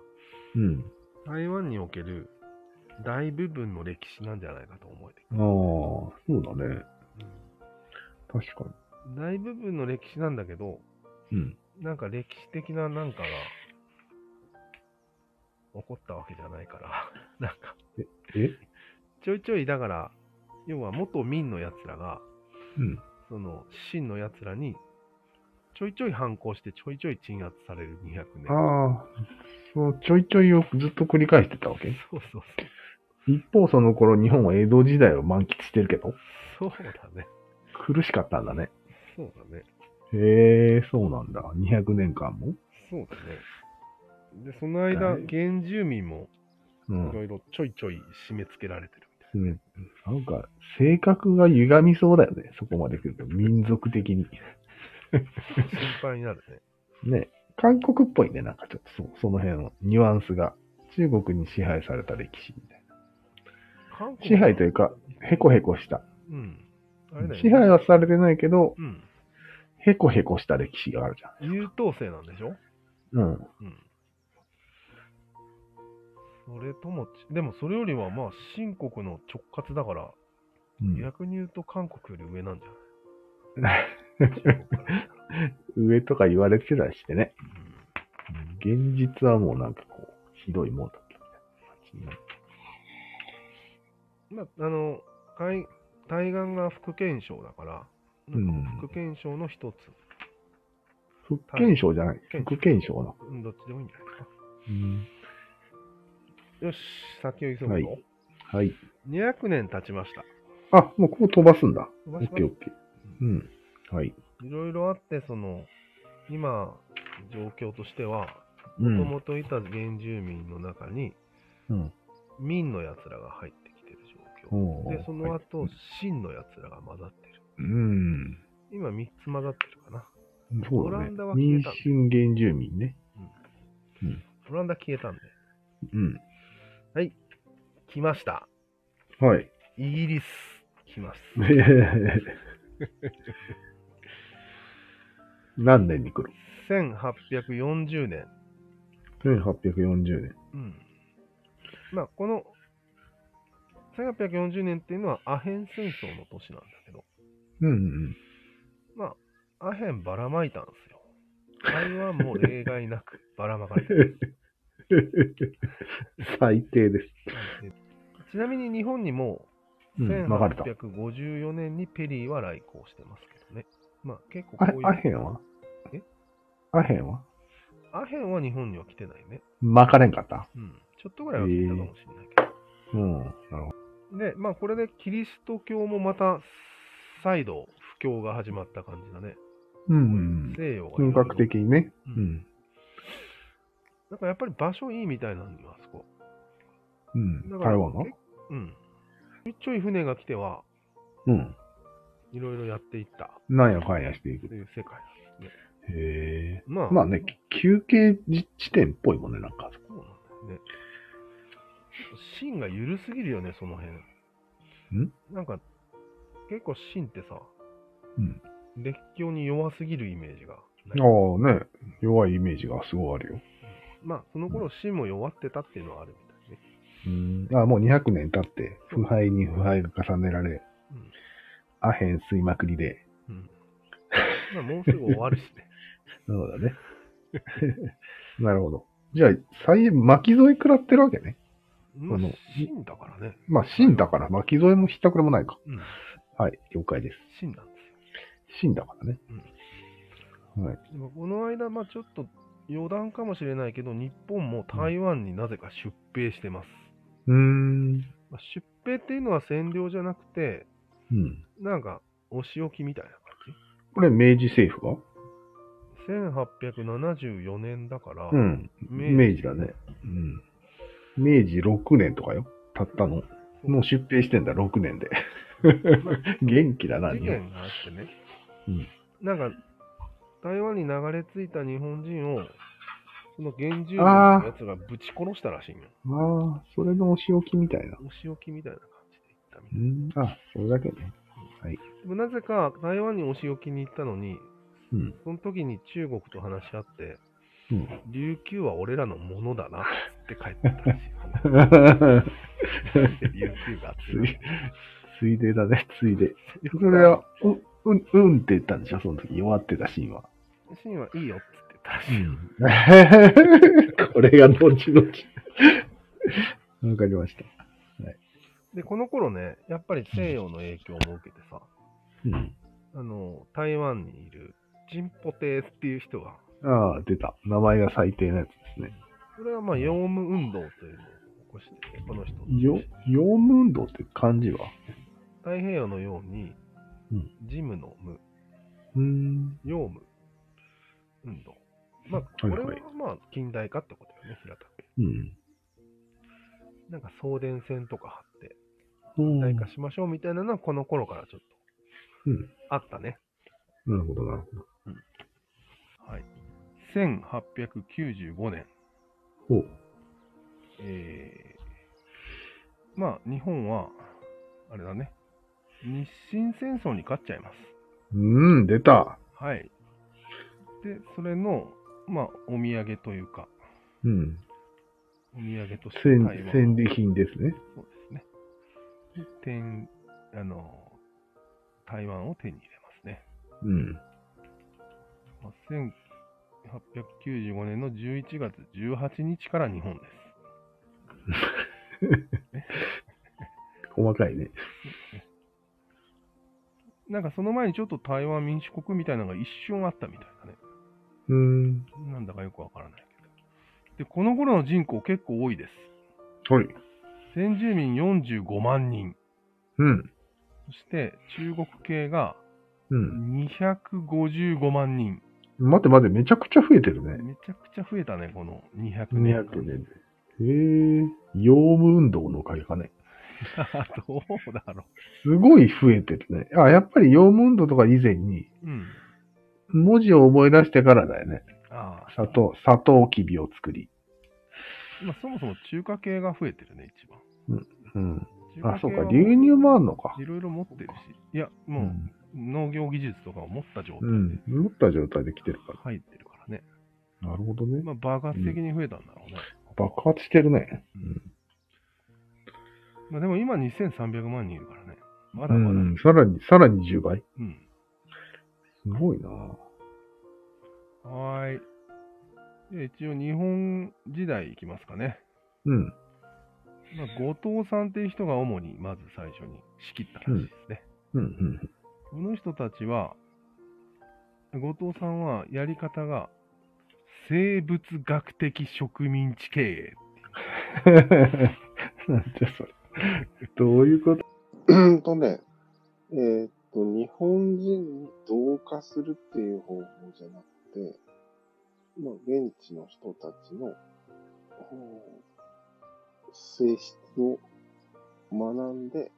Speaker 2: うん。
Speaker 1: 台湾における大部分の歴史なんじゃないかと思えて
Speaker 2: ああ、そうだね。
Speaker 1: くる、
Speaker 2: 確か
Speaker 1: 大部分の歴史なんだけど、
Speaker 2: に。うん。
Speaker 1: なんか歴史的ななんかが起こったわけじゃないから、 なんか
Speaker 2: え
Speaker 1: ちょいちょいだから、要は元民の奴らが、
Speaker 2: うん。
Speaker 1: その真の奴らにちょいちょい反抗してちょいちょい鎮圧される200年。
Speaker 2: ああ、そのちょいちょいをずっと繰り返してたわけ
Speaker 1: そうそう
Speaker 2: 一方、その頃日本は江戸時代を満喫してるけど、
Speaker 1: そう。そうだね。
Speaker 2: 苦しかったんだね。
Speaker 1: そうだね。
Speaker 2: へえ、そうなんだ。200年間も
Speaker 1: そうだね。で、その間、
Speaker 2: だい
Speaker 1: 原住民も
Speaker 2: う
Speaker 1: いろいろちょいちょい締め付けられてるみたい
Speaker 2: ん。なんか、性格が歪みそうだよね。そこまで来ると。民族的に。
Speaker 1: な。心配になるね。
Speaker 2: ね。韓国っぽいね。なんかちょっとそその辺のニュアンスが。中国に支配された歴史みたいな。
Speaker 1: 韓国
Speaker 2: 支配というか、へこへこした。
Speaker 1: うん。あれだよ、ね。
Speaker 2: 支配はされてないけど、
Speaker 1: うん。
Speaker 2: へこへこした歴史があるじゃん。
Speaker 1: 優等生なんでしょ
Speaker 2: う
Speaker 1: う
Speaker 2: ん。
Speaker 1: ん。それともち、でもそれよりはまあ、新国の直轄だから、
Speaker 2: うん、
Speaker 1: 逆に言うと韓国より上なんじゃ
Speaker 2: ん
Speaker 1: ない中国から
Speaker 2: 上とか言われてたりしてね。
Speaker 1: うん
Speaker 2: 現実はもうなんかこう、ひどいもんだったみたいな感
Speaker 1: まあ、あの海対岸が福建省だから、
Speaker 2: うん
Speaker 1: なんか福建省の一つ、
Speaker 2: じ。福建省じゃない。
Speaker 1: はい
Speaker 2: 福建省な。
Speaker 1: うんどっちでもいいんじゃないです
Speaker 2: うん、
Speaker 1: か。よし、先を急ぐぞ。
Speaker 2: はいはい。
Speaker 1: 200年経ちました。
Speaker 2: あ、もうここ飛ばすんだ。
Speaker 1: 飛
Speaker 2: オ
Speaker 1: ばし
Speaker 2: ッ
Speaker 1: ま
Speaker 2: ケーオ
Speaker 1: す
Speaker 2: ッケー。うん。はい。
Speaker 1: いろいろあって、その、今、状況としては、
Speaker 2: う
Speaker 1: もと
Speaker 2: ん。
Speaker 1: もといた原住民の中に、
Speaker 2: うん。
Speaker 1: 民のやつらが入ってきてる状
Speaker 2: お
Speaker 1: 況。
Speaker 2: ー
Speaker 1: で、その
Speaker 2: はい
Speaker 1: 後、秦のやつらが混ざってる。
Speaker 2: うん。
Speaker 1: 今、3つ混ざってるかな。
Speaker 2: そう
Speaker 1: オ
Speaker 2: だ
Speaker 1: ラ
Speaker 2: ね
Speaker 1: ンダは。消え
Speaker 2: 民
Speaker 1: たの
Speaker 2: 進原住民ね。
Speaker 1: オランダ消えたんで。
Speaker 2: うん。
Speaker 1: はい。来ました。
Speaker 2: はい。
Speaker 1: イギリス。来ます。
Speaker 2: 何年に来る
Speaker 1: 1840年。
Speaker 2: ?1840 年。
Speaker 1: うん。まあ、この、1840年っていうのはアヘン戦争の年なんだけど、
Speaker 2: うんうん
Speaker 1: まあ、アヘンばらまいたんですよ。台湾も例外なくばらまかれて
Speaker 2: う
Speaker 1: る。
Speaker 2: ん。 最低です。
Speaker 1: ちなみに日本にも、
Speaker 2: うん、分かれた。
Speaker 1: 1854年にペリーは来航してますけどね。まあ、結構こ
Speaker 2: あ
Speaker 1: ういう。
Speaker 2: アヘンは
Speaker 1: え
Speaker 2: アヘンは
Speaker 1: アヘンは日本には来てないね。
Speaker 2: 巻かれんかった。
Speaker 1: うん。ちょっとぐらいは来てたかもしれないけど。
Speaker 2: うん。なるほど。
Speaker 1: で、まあ、これでキリスト教もまた再度布教が始まった感じだね。
Speaker 2: うん。
Speaker 1: 西洋が。
Speaker 2: 本格的。にね。
Speaker 1: う。
Speaker 2: うんん。
Speaker 1: だからやっぱり場所いいみたいなんだよ、あそこ。
Speaker 2: うん。
Speaker 1: だから
Speaker 2: 台湾の
Speaker 1: 結うん。ちょいちょい船が来ては、
Speaker 2: うん。
Speaker 1: いろいろやっていった
Speaker 2: なんやかんやしていく
Speaker 1: と。いう世界ですね。
Speaker 2: へえ。
Speaker 1: まあ、
Speaker 2: まあね、休憩地点っぽいもんね、なんか。
Speaker 1: そうなんだよね。芯が緩すぎるよね、その辺。
Speaker 2: ん
Speaker 1: なんか、結構芯ってさ、
Speaker 2: うん
Speaker 1: 列強に弱すぎるイメージがない。
Speaker 2: ああね、弱いイメージがすごいあるよ。
Speaker 1: まあ、その頃、秦も弱ってたっていうのはあるみたいね。
Speaker 2: うん。ああもう200年経って、腐敗に腐敗が重ねられ、
Speaker 1: うん
Speaker 2: アヘン吸いまくりで、
Speaker 1: うん。まあ、もうすぐ終わるし ね。
Speaker 2: そうだね。 なるほど。じゃあ、最悪巻き添え食らってるわけね。
Speaker 1: まあ
Speaker 2: この、
Speaker 1: 秦だからね。
Speaker 2: まあ、芯だから、巻き添えもひったくれもないか。
Speaker 1: うん。
Speaker 2: はい、了解です。
Speaker 1: 秦なんですよ。
Speaker 2: 芯だからね。
Speaker 1: でもこの間、まあ、ちょっと余談かもしれないけど、日本も台湾になぜか出兵してます。
Speaker 2: うーん。
Speaker 1: まあ、出兵っていうのは占領じゃなくて、
Speaker 2: うん。
Speaker 1: なんか、お仕置きみたいな感じ。
Speaker 2: これ、明治政府が
Speaker 1: 1874年だから、
Speaker 2: うん。明治だね。うん。明治6年とかよ。たったの。もう出兵してんだ、6年 で。
Speaker 1: まあ
Speaker 2: 元気だな、
Speaker 1: 事
Speaker 2: 日本。
Speaker 1: 件があってね、
Speaker 2: うん
Speaker 1: なんか台湾に流れ着いた日本人をその原住民
Speaker 2: あー
Speaker 1: のやつがぶち殺したらしいのよ
Speaker 2: ああ、それのお仕置きみたいな。
Speaker 1: お仕置きみたいな感じで行ったみ
Speaker 2: う
Speaker 1: たい
Speaker 2: ん。あ、それだけね。
Speaker 1: でもなぜか台湾にお仕置きに行ったのに
Speaker 2: うん。
Speaker 1: その時に中国と話し合って
Speaker 2: うん。
Speaker 1: 琉球は俺らのものだなって帰ってったらしい 琉球が強い
Speaker 2: ついでだね、 ついで。それは、う、うん、うんって言ったんでしょ、その時。弱ってたシーンは。
Speaker 1: シンはいいよって言ってたらしいよ、
Speaker 2: これが後々。 わかりました。
Speaker 1: でこの頃ねやっぱり西洋の影響も受けてさ、
Speaker 2: うん。
Speaker 1: あの、台湾にいる、ジンポテーっていう人が、
Speaker 2: ああ、出た。名前が最低なやつですね。
Speaker 1: これはまあ、ヨウム運動というのを起こしてて、この人。
Speaker 2: よ、ヨウム運動って漢字は
Speaker 1: 太平洋のように
Speaker 2: うん、
Speaker 1: ジムの無、
Speaker 2: うーん。
Speaker 1: ヨウム運動。まあ、こ
Speaker 2: はい
Speaker 1: れ
Speaker 2: はい
Speaker 1: はまあ、近代化ってことよね、平たく。
Speaker 2: うん。
Speaker 1: なんか送電線とか張って、
Speaker 2: う
Speaker 1: 近
Speaker 2: ん
Speaker 1: 代
Speaker 2: な
Speaker 1: 化しましょうみたいなのは、この頃からちょっと、
Speaker 2: うん
Speaker 1: あったね。
Speaker 2: るほど、なるほど。
Speaker 1: はい。1895年。
Speaker 2: おう。
Speaker 1: えーまあ、日本は、あれだね、日清戦争に勝っちゃいます。
Speaker 2: うん、出た。
Speaker 1: はい。で、それの、まあ、お土産というか、
Speaker 2: うん。
Speaker 1: お土産として
Speaker 2: 戦
Speaker 1: 台、湾
Speaker 2: 戦利品ですね。
Speaker 1: そうですね。で天あの、台湾を手に入れますね。
Speaker 2: うん。
Speaker 1: まあ1895年の11月18日から日本です。
Speaker 2: 細かいね。
Speaker 1: なんかその前にちょっと台湾民主国みたいなのが一瞬あったみたいだね。
Speaker 2: うーん。
Speaker 1: なんだかよくわからないけど。で、この頃の人口結構多いです。
Speaker 2: はい。
Speaker 1: 先住民45万人。
Speaker 2: うん。
Speaker 1: そして中国系が
Speaker 2: うん。
Speaker 1: 255万人。
Speaker 2: 待って待って、めちゃくちゃ増えてるね。
Speaker 1: めちゃくちゃ増えたね、この200年間。
Speaker 2: 200年で。へえ、ヨウム運動のおかげかね。
Speaker 1: どうだろ
Speaker 2: すごい増えてるね。あ、やっぱりヨウム運動とか以前に、
Speaker 1: う。うん。
Speaker 2: 文字を覚え出してからだよね。
Speaker 1: ああ。
Speaker 2: 砂糖、砂糖きびを作り。
Speaker 1: まあ、そもそも中華系が増えてるね、一番。
Speaker 2: うん。
Speaker 1: 中
Speaker 2: あ
Speaker 1: 華、系
Speaker 2: そうか、
Speaker 1: は
Speaker 2: 牛乳もあんのか。
Speaker 1: いろいろ持ってるし。いや、もう農業技術とかを持った状態
Speaker 2: う
Speaker 1: で
Speaker 2: ん。うん。持った状態で来てるか
Speaker 1: 入ってるからね。
Speaker 2: ら。なるほどね。
Speaker 1: まあ、爆発的に増えたんだろうね。
Speaker 2: 爆発してるね。
Speaker 1: まあ、でも今2300万人いるからね。ま
Speaker 2: う
Speaker 1: だまだ。
Speaker 2: ん。さらに、さらに10倍。
Speaker 1: うん
Speaker 2: すごいな
Speaker 1: はーい。で一応、日本時代いきますかね。
Speaker 2: うん。
Speaker 1: まあ、後藤さんっていう人が主にまず最初に仕切ったらしいですね。
Speaker 2: うん、うん。
Speaker 1: この人たちは、後藤さんはやり方が生物学的植民地経営。
Speaker 2: なんじゃそれ。どういうこと
Speaker 4: うーんとね、えーっと、日本人に同化するっていう方法じゃなくて、まあ、現地の人たちの、うん性質を学んで、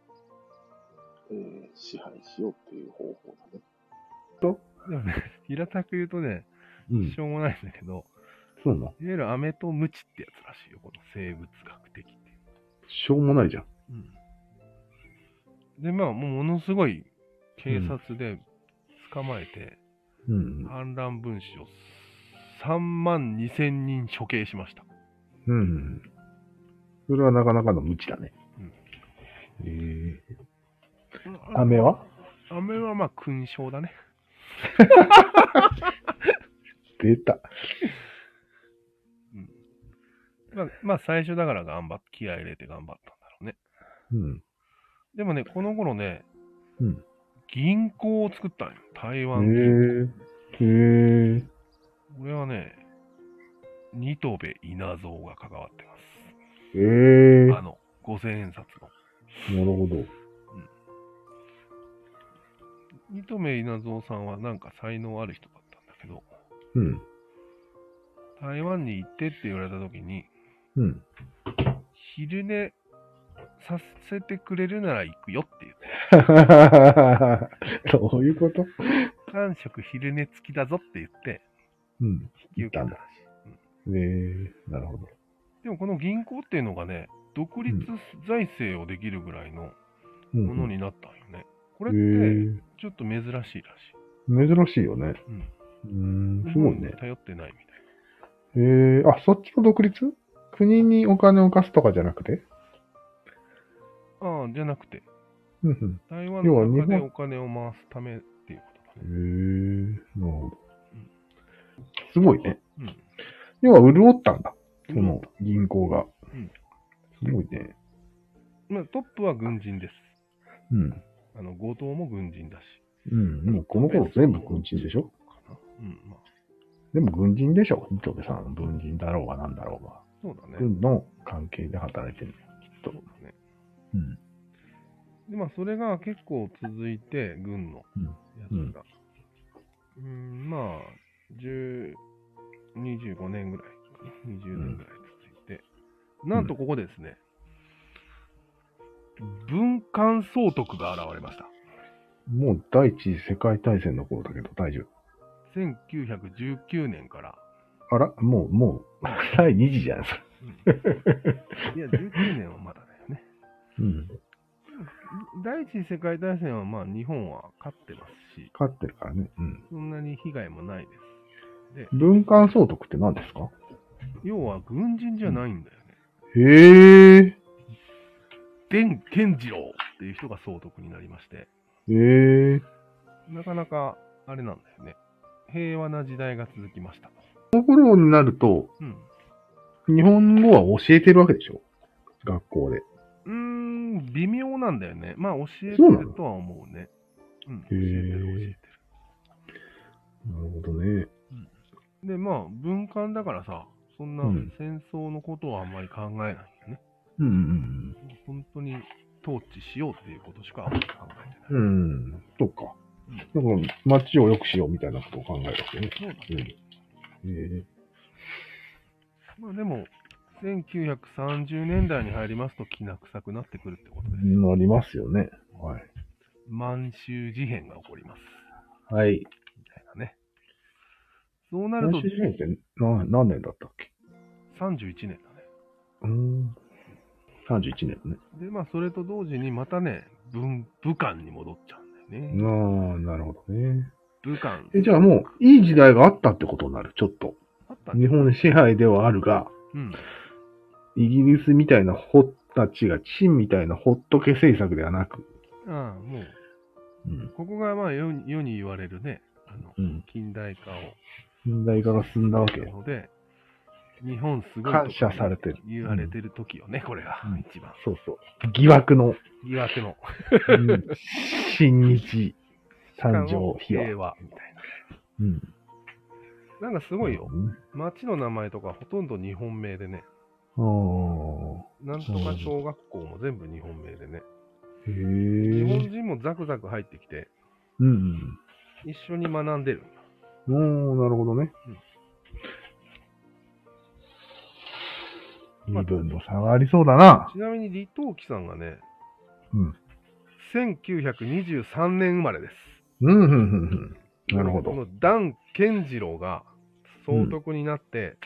Speaker 4: えー支配しようっていう方法だね。
Speaker 1: でもね、 平たく言うとね、
Speaker 2: うん
Speaker 1: し。ょうもないんだけど、
Speaker 2: そうな。
Speaker 1: いわゆるアメとムチってやつらしいよ、この生物学的っていう。
Speaker 2: しょうもないじゃん。
Speaker 1: うんで、まあ、もうものすごい警察で捕まえて、
Speaker 2: うん。
Speaker 1: 反乱分子を3万2千人処刑しました。
Speaker 2: うん。それはなかなかの無知だね。えー、飴は
Speaker 1: 飴はまあ勲章だね。
Speaker 2: 出た。
Speaker 1: まあ、まあ最初だから頑張っ気合い入れて頑張ったんだろうね。
Speaker 2: うん。
Speaker 1: でもね、この頃ね、
Speaker 2: うん
Speaker 1: 銀行を作ったんよ。台湾銀行。
Speaker 2: へえー。へえー。
Speaker 1: これはね、ニトベ稲造が関わってます。
Speaker 2: えー。
Speaker 1: あの、五千円札の。
Speaker 2: なるほど。
Speaker 1: ニトベ稲造さんはなんか才能ある人だったんだけど、
Speaker 2: うん。
Speaker 1: 台湾に行ってって言われた時に、
Speaker 2: うん。
Speaker 1: 昼寝させてくれるなら行くよって言って、
Speaker 2: どういうこと
Speaker 1: 3食昼寝付きだぞって言って、
Speaker 2: うん。
Speaker 1: 引き受けたらしい。
Speaker 2: えー、なるほど。
Speaker 1: でもこの銀行っていうのがね、独立財政をできるぐらいの
Speaker 2: うん
Speaker 1: ものになったんよね。これ
Speaker 2: え
Speaker 1: って、
Speaker 2: ー、
Speaker 1: ちょっと珍しいらしい。
Speaker 2: 珍しいよね。
Speaker 1: うん
Speaker 2: うーん、
Speaker 1: 日
Speaker 2: すごい
Speaker 1: 本に
Speaker 2: ね。
Speaker 1: 頼ってないみたいな。
Speaker 2: えー、あ、そっちの独立国にお金を貸すとかじゃなくて
Speaker 1: ああ、じゃなくて、
Speaker 2: うん
Speaker 1: 台湾
Speaker 2: 要は
Speaker 1: の中
Speaker 2: 日本
Speaker 1: でお金を回すためっていうことだね。
Speaker 2: うん。えー、なるほど。すごいね。
Speaker 1: うん。
Speaker 2: 要は潤ったんだ。その銀行が。
Speaker 1: うん
Speaker 2: すごいね。
Speaker 1: まあ、トップは軍人です。
Speaker 2: うん。
Speaker 1: あの、後藤も軍人だし。
Speaker 2: うん。もうこの頃全部軍人でしょ
Speaker 1: かな。うん、まあ、
Speaker 2: 全部軍人でしょ糸部さん。軍人だろうがなんだろうが。
Speaker 1: そうだね。
Speaker 2: 軍の関係で働いてるんだよ、き
Speaker 1: そ
Speaker 2: っ
Speaker 1: う
Speaker 2: と。
Speaker 1: だね。
Speaker 2: うん。
Speaker 1: で、まあ、それが結構続いて、軍のやつが。うん、まあ、10、25年ぐらいかな。20年ぐらい続いて。なんとここですね、文官総督が現れました。
Speaker 2: もう第一次世界大戦の頃だけど大丈夫。
Speaker 1: 1919年から、
Speaker 2: あらもう、もう、 第二次じゃないですか。
Speaker 1: いや、19年はまだだよね。
Speaker 2: うん。
Speaker 1: 第一次世界大戦はまあ日本は勝ってますし、
Speaker 2: 勝ってるからね。うん。
Speaker 1: そんなに被害もないです。
Speaker 2: 文官総督って何ですか
Speaker 1: 要は軍人じゃないんだよね。
Speaker 2: へえ。
Speaker 1: 伝健次郎っていう人が総督になりまして、
Speaker 2: へえ。
Speaker 1: なかなかあれなんだよね。平和な時代が続きました。
Speaker 2: この頃になると、
Speaker 1: うん。
Speaker 2: 日本語は教えてるわけでしょ学校で。
Speaker 1: うーん、微妙なんだよね。まあ教えて
Speaker 2: そうなの
Speaker 1: るとは思うね。うん、教えて
Speaker 2: へー
Speaker 1: る教えてる。
Speaker 2: なるほどね。
Speaker 1: で、まあ文官だからさ、そんな
Speaker 2: うん
Speaker 1: 戦争のことはあんまり考えないよね。
Speaker 2: うんうん
Speaker 1: 本当に統治しようっていうことしかあんまり考えてない。
Speaker 2: うん。うん。そうか。だから街を良くしようみたいなことを考えるわけね。
Speaker 1: そうだ
Speaker 2: うん。へえ。
Speaker 1: まあでも、1930年代に入りますときな臭くなってくるってことです。
Speaker 2: なりますよね。はい。
Speaker 1: 満州事変が起こります。
Speaker 2: はい。
Speaker 1: みたいなね。そうなる
Speaker 2: 満
Speaker 1: と
Speaker 2: 州事変って何何年だったっけ
Speaker 1: 31年だね。
Speaker 2: うーん。31年だね。
Speaker 1: で、まあそれと同時にまたね、文武漢に戻っちゃうんだよね。
Speaker 2: ああ、なるほどね。
Speaker 1: 武漢。
Speaker 2: え、じゃあもう、いい時代があったってことになる、ちょっと。
Speaker 1: あったね。
Speaker 2: 日本支配ではあるが、
Speaker 1: うん。
Speaker 2: イギリスみたいなホッたちが、チンみたいなほっとけ政策ではなく、
Speaker 1: ああ、もう、
Speaker 2: うん。
Speaker 1: ここがまあ世に世に言われるね、あの、
Speaker 2: うん。
Speaker 1: 近代化を
Speaker 2: 近代化が進んだわけ
Speaker 1: な。ので、日本すごい。
Speaker 2: 感謝されてる。
Speaker 1: 言われてる時よね、これが、
Speaker 2: うん
Speaker 1: 一番。
Speaker 2: そうそう。疑惑の、
Speaker 1: 疑惑の
Speaker 2: うん新日誕生秘
Speaker 1: 平
Speaker 2: 話。
Speaker 1: 和みたい
Speaker 2: うん。
Speaker 1: な。なんかすごいよ。
Speaker 2: うん。
Speaker 1: 町の名前とかほとんど日本名でね。
Speaker 2: ああ。
Speaker 1: なんとか小学校も全部日本名でね。
Speaker 2: へえ。
Speaker 1: 日本人もザクザク入ってきて、
Speaker 2: うん
Speaker 1: 一緒に学んでる。
Speaker 2: うん。おー、なるほどね。身分の差がありそうだな。
Speaker 1: ちなみに李登輝さんがね、
Speaker 2: うん
Speaker 1: 1923年生まれです。
Speaker 2: うん、うん、うん、うん。なるほど
Speaker 1: こ。の段健次郎が総督になって、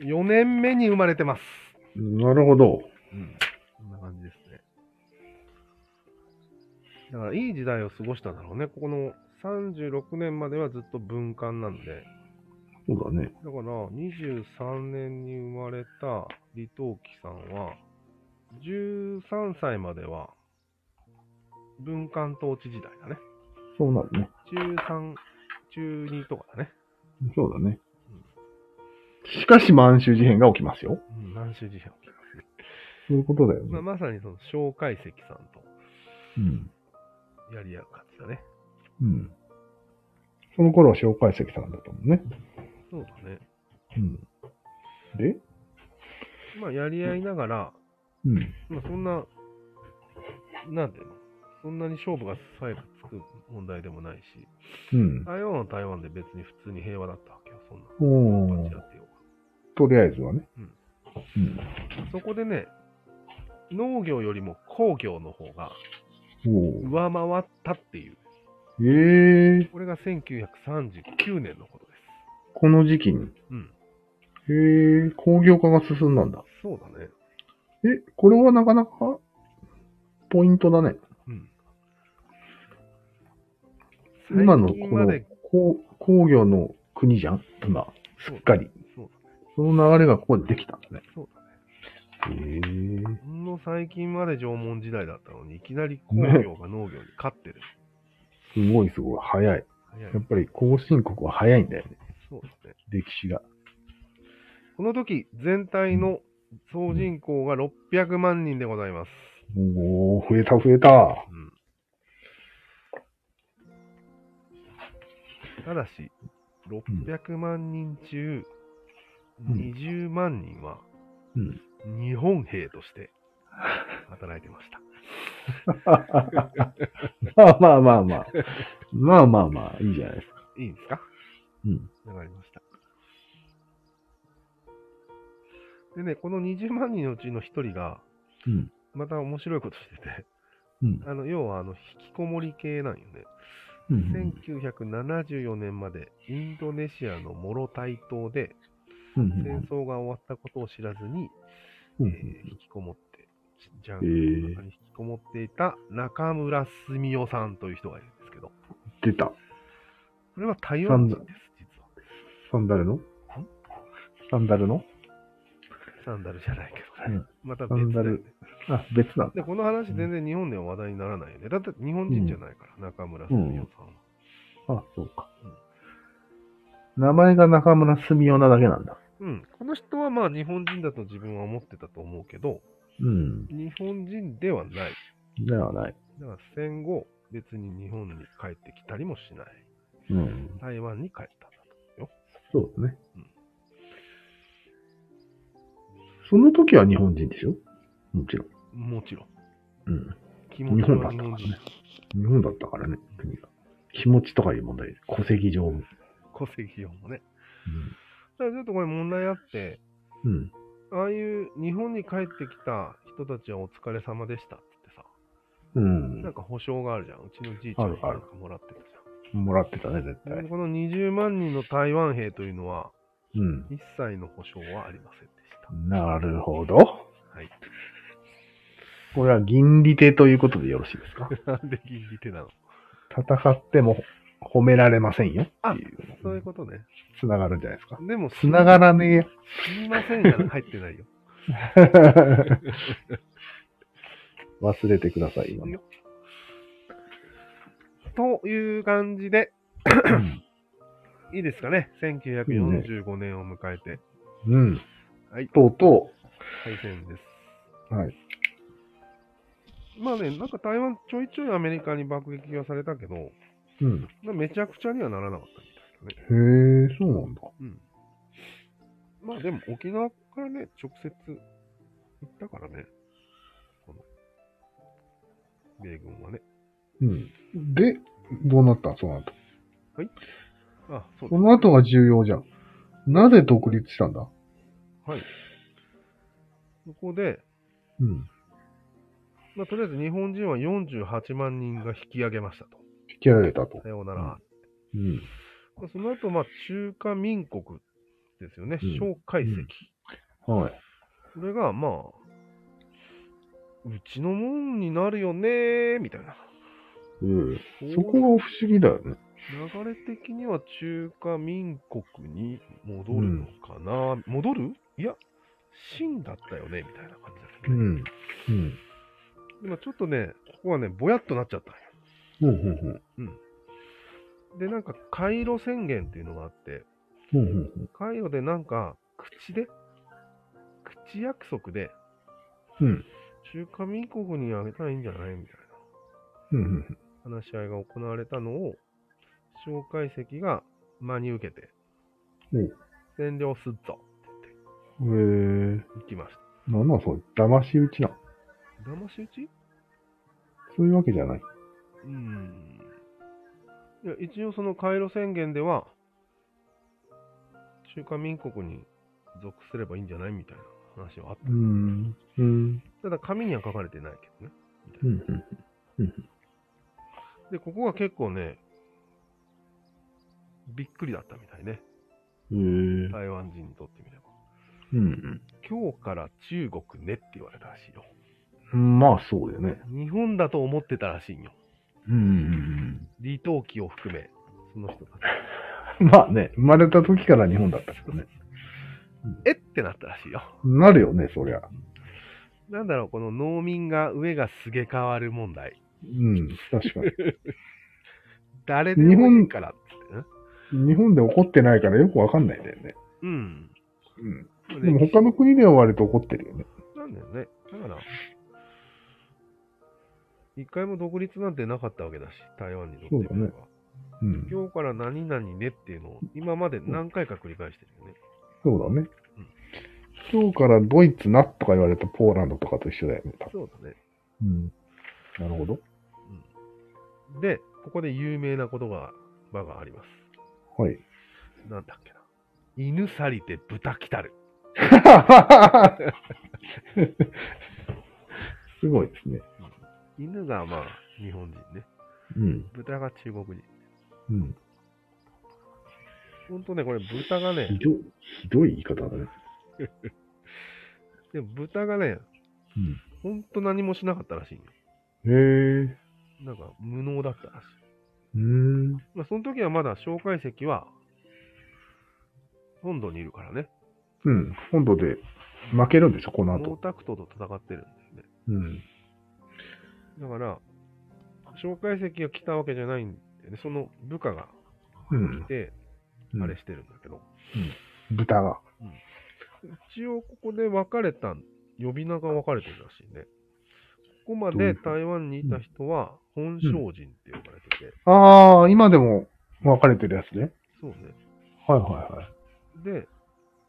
Speaker 2: う
Speaker 1: 4年目に生まれてます。
Speaker 2: ん。なるほど。
Speaker 1: うん。こんな感じですね。だから、いい時代を過ごしたんだろうね。ここの36年まではずっと文官なんで、
Speaker 2: そうだね。
Speaker 1: だから23年に生まれた李登輝さんは、13歳までは文官統治時代だね。
Speaker 2: そうなるね。
Speaker 1: 中3、中2とかだね。
Speaker 2: そうだね。しかし満州事変が起きますよ。
Speaker 1: うん、満州事変起きますね。
Speaker 2: そういうことだよね。
Speaker 1: まあ、まさにその蒋介石さん
Speaker 2: うん。
Speaker 1: とやり合う感じだね。
Speaker 2: うん。その頃は蒋介石さんだったもんね。
Speaker 1: そうだね。
Speaker 2: うん。で
Speaker 1: まあ、やり合いながら、
Speaker 2: うん。
Speaker 1: まあ、そんな、なんていうの、そんなに勝負が最後つく問題でもないし、
Speaker 2: うん。
Speaker 1: 台湾は台湾で別に普通に平和だったわけよ、そんな。
Speaker 2: お
Speaker 1: パ
Speaker 2: ー
Speaker 1: チやってよう
Speaker 2: とりあえずはね。
Speaker 1: うん
Speaker 2: うん。
Speaker 1: がそこでね、農業よりも工業の方が
Speaker 2: おー
Speaker 1: 上回ったっていう、
Speaker 2: ええー、
Speaker 1: これが1939年のことで
Speaker 2: この時期に。
Speaker 1: す。うん、
Speaker 2: ええー、工業化が進んだんだ。
Speaker 1: そうだね。
Speaker 2: え、これはなかなか、ポイントだね。
Speaker 1: うん。
Speaker 2: 今の
Speaker 1: 最近
Speaker 2: こ
Speaker 1: ま
Speaker 2: の
Speaker 1: で、
Speaker 2: 工工業の国じゃん今、すっかり。
Speaker 1: そうだ
Speaker 2: その流れがここでできたんだね。
Speaker 1: そうだね。
Speaker 2: へえ。
Speaker 1: ほんの最近まで縄文時代だったのに、いきなり工業が農業に勝ってる。
Speaker 2: すごいすごい。早い。
Speaker 1: 早い
Speaker 2: やっ。ぱり後進国は早いんだよね。
Speaker 1: そうだね。
Speaker 2: 歴史が。
Speaker 1: この時、全体の総人口が600万人でございます。
Speaker 2: おお増えた増えた。
Speaker 1: うん。ただし、600万人中、
Speaker 2: ん
Speaker 1: 20万人は
Speaker 2: うん。
Speaker 1: 日本兵として働いてました。
Speaker 2: まあまあまあ まあ。まあまあまあ、いいじゃないですか。
Speaker 1: いいんですか
Speaker 2: うん。
Speaker 1: わかりました。でね、この20万人のうちの1人が、
Speaker 2: うん。
Speaker 1: また面白いことしてて、
Speaker 2: うん。
Speaker 1: あの要はあの引きこもり系なんよね。
Speaker 2: うん。
Speaker 1: 1974年までインドネシアのモロタイ島で
Speaker 2: うん。
Speaker 1: 戦争が終わったことを知らずに、
Speaker 2: う
Speaker 1: え
Speaker 2: ん。
Speaker 1: ー引きこもって、ジャングルの中に引きこもっていた中村澄夫さんという人がいるんですけど、
Speaker 2: 出た。
Speaker 1: これは台湾人です、実は。
Speaker 2: サンダルのサンダルの
Speaker 1: サンダルじゃないけどね。また
Speaker 2: サ
Speaker 1: 別
Speaker 2: ンダ
Speaker 1: だよね
Speaker 2: ル。あ、別なんだ。
Speaker 1: で、この話全然日本では話題にならないよね。だって日本人じゃないから、中村澄夫さんは。
Speaker 2: あ、そうか。名前が中村住夫なだけなんだ。
Speaker 1: うん、この人はまあ日本人だと自分は思ってたと思うけど、
Speaker 2: うん。
Speaker 1: 日本人ではない。
Speaker 2: ではない。
Speaker 1: だから戦後、別に日本に帰ってきたりもしない。
Speaker 2: うん。
Speaker 1: 台湾に帰ったんだ
Speaker 2: そうですね
Speaker 1: うん。
Speaker 2: その時は日本人でしょもちろん。
Speaker 1: と。もちろん。
Speaker 2: うん。
Speaker 1: 気持ちは日本人。
Speaker 2: 日本だったからね、国が。気持ちとかいう問題で、戸籍上も。
Speaker 1: 戸籍用もね。ただちょっとこれ問題あって、
Speaker 2: うん。うん。
Speaker 1: ああいう日本に帰ってきた人たちはお疲れ様でしたってってさ、
Speaker 2: うん
Speaker 1: なんか保証があるじゃん。うちのじいちゃんが
Speaker 2: あ
Speaker 1: な
Speaker 2: るあ
Speaker 1: んかもらってたじゃん。
Speaker 2: もらってたね、絶
Speaker 1: で
Speaker 2: 対。
Speaker 1: この20万人の台湾兵というのは、
Speaker 2: うん。
Speaker 1: 一切の保証はありませんでした。
Speaker 2: なるほど。
Speaker 1: はい。
Speaker 2: これは銀利手ということでよろしいです か
Speaker 1: なんで銀利手なの
Speaker 2: 戦っても褒められませんよ。
Speaker 1: あ
Speaker 2: っていう
Speaker 1: そういうことね。
Speaker 2: つながるんじゃないですか。
Speaker 1: でも、
Speaker 2: つなが らね
Speaker 1: 死にませんやら入ってないよ。
Speaker 2: えよ。忘れてください、今の。
Speaker 1: という感じで、いいですかね。1945年を迎えて、
Speaker 2: うん。
Speaker 1: はい、
Speaker 2: とうと
Speaker 1: 敗戦です。
Speaker 2: う、はい。
Speaker 1: まあね、なんか台湾ちょいちょいアメリカに爆撃はされたけど、
Speaker 2: うん。
Speaker 1: まあめちゃくちゃにはならなかったみたいだね。
Speaker 2: へえ、そうなんだ。
Speaker 1: うん。まあでも沖縄からね、直接行ったからね。この、米軍はね。
Speaker 2: うん。で、どうなったその後。
Speaker 1: あ、そう
Speaker 2: この後が重要じゃん。なぜ独立したんだ
Speaker 1: はい。そこで、
Speaker 2: うん。
Speaker 1: まあとりあえず日本人は48万人が引き上げましたと。
Speaker 2: 引き上げたと。
Speaker 1: さような
Speaker 2: うん
Speaker 1: ら。
Speaker 2: うん。
Speaker 1: まあその後、まあ中華民国ですよね。
Speaker 2: うん
Speaker 1: 蒋介石。
Speaker 2: はい。
Speaker 1: これが、まあ、うちのもんになるよねーみたいな。
Speaker 2: うん。そこが不思議だよね。
Speaker 1: 流れ的には中華民国に戻るのかな、戻るいや、清だったよねみたいな感じだった
Speaker 2: う
Speaker 1: ね。
Speaker 2: ん。うん。
Speaker 1: 今ちょっとね、ここはね、ぼやっとなっちゃったんよ
Speaker 2: ほうほうほう。
Speaker 1: で、なんか、回路宣言っていうのがあって、
Speaker 2: ほうほうほう。
Speaker 1: 回路でなんか、口で、口約束で、
Speaker 2: うん。
Speaker 1: 中華民国にあげたらいいんじゃないみたい
Speaker 2: うんうん
Speaker 1: な話し合いが行われたのを、蒋介石が真に受けて
Speaker 2: おう、
Speaker 1: 占領すっぞ、
Speaker 2: うん。へえ。
Speaker 1: 行きました。
Speaker 2: なんなんそれ、騙し討ちな。
Speaker 1: 騙し討ち
Speaker 2: そういうわけじゃない。
Speaker 1: うーん。いや、一応その回路宣言では、中華民国に属すればいいんじゃないみたいな話はあっ
Speaker 2: うん。うん。
Speaker 1: た。ただ紙には書かれてないけどね。
Speaker 2: うん。うん。
Speaker 1: で、ここが結構ね、びっくりだったみたいね。
Speaker 2: へえ。
Speaker 1: 台湾人にとってみれば。
Speaker 2: うん
Speaker 1: 今日から中国ねって言われたらしいよ。
Speaker 2: うん。まあ、そうだよね。
Speaker 1: 日本だと思ってたらしいんよ。
Speaker 2: うん。
Speaker 1: 李登輝を含め、その人たち。
Speaker 2: まあね、生まれた時から日本だったけどね。
Speaker 1: えってなったらしいよ。
Speaker 2: なるよね、そりゃ。
Speaker 1: なんだろう、この農民が上がすげ変わる問題。
Speaker 2: うん、確か
Speaker 1: 誰でもいいからっつってね。
Speaker 2: に。 日本で怒ってないからよくわかんないんだよね。
Speaker 1: うん。
Speaker 2: うん。
Speaker 1: で
Speaker 2: でも他の国では割と怒ってるよね。
Speaker 1: なんだよね。だから、一回も独立なんてなかったわけだし、台湾にとってみれば
Speaker 2: そうだねうん。
Speaker 1: 今日から何々ねっていうのを今まで何回か繰り返してるよね。
Speaker 2: そうだね。今日からドイツなとか言われたポーランドとかと一緒だよね。多分
Speaker 1: そうだね。
Speaker 2: うん。なるほど。
Speaker 1: で、ここで有名なことが、場があります。
Speaker 2: はい。
Speaker 1: なんだっけな。犬去りて豚来たる。
Speaker 2: すごいですね。
Speaker 1: 犬がまあ、日本人ね。
Speaker 2: うん。
Speaker 1: 豚が中国人。
Speaker 2: うん。
Speaker 1: ほんとね、これ豚がね
Speaker 2: ひ、どい、ひどい言い方だね。
Speaker 1: でも豚がね、ほんと何もしなかったらしいんよ。
Speaker 2: うん。へえ。
Speaker 1: なんか無能だったらしい。
Speaker 2: うん。
Speaker 1: まあ、その時はまだ蒋介石は、本土にいるからね。
Speaker 2: うん。本土で負けるんでしょ、この
Speaker 1: 毛
Speaker 2: 後。
Speaker 1: 沢東と戦ってるんだよね。
Speaker 2: うん。
Speaker 1: だから、蒋介石が来たわけじゃないんでね、その部下が
Speaker 2: うん
Speaker 1: 来。て、
Speaker 2: うん
Speaker 1: あれしてるんだけど、
Speaker 2: 豚が。
Speaker 1: 一応ここで分かれた、呼び名が分かれてるらしいね。ここまで台湾にいた人は、本省人って呼ばれてて、
Speaker 2: ああ、今でも分かれてるやつね。
Speaker 1: そうね。
Speaker 2: はいはいはい。
Speaker 1: で、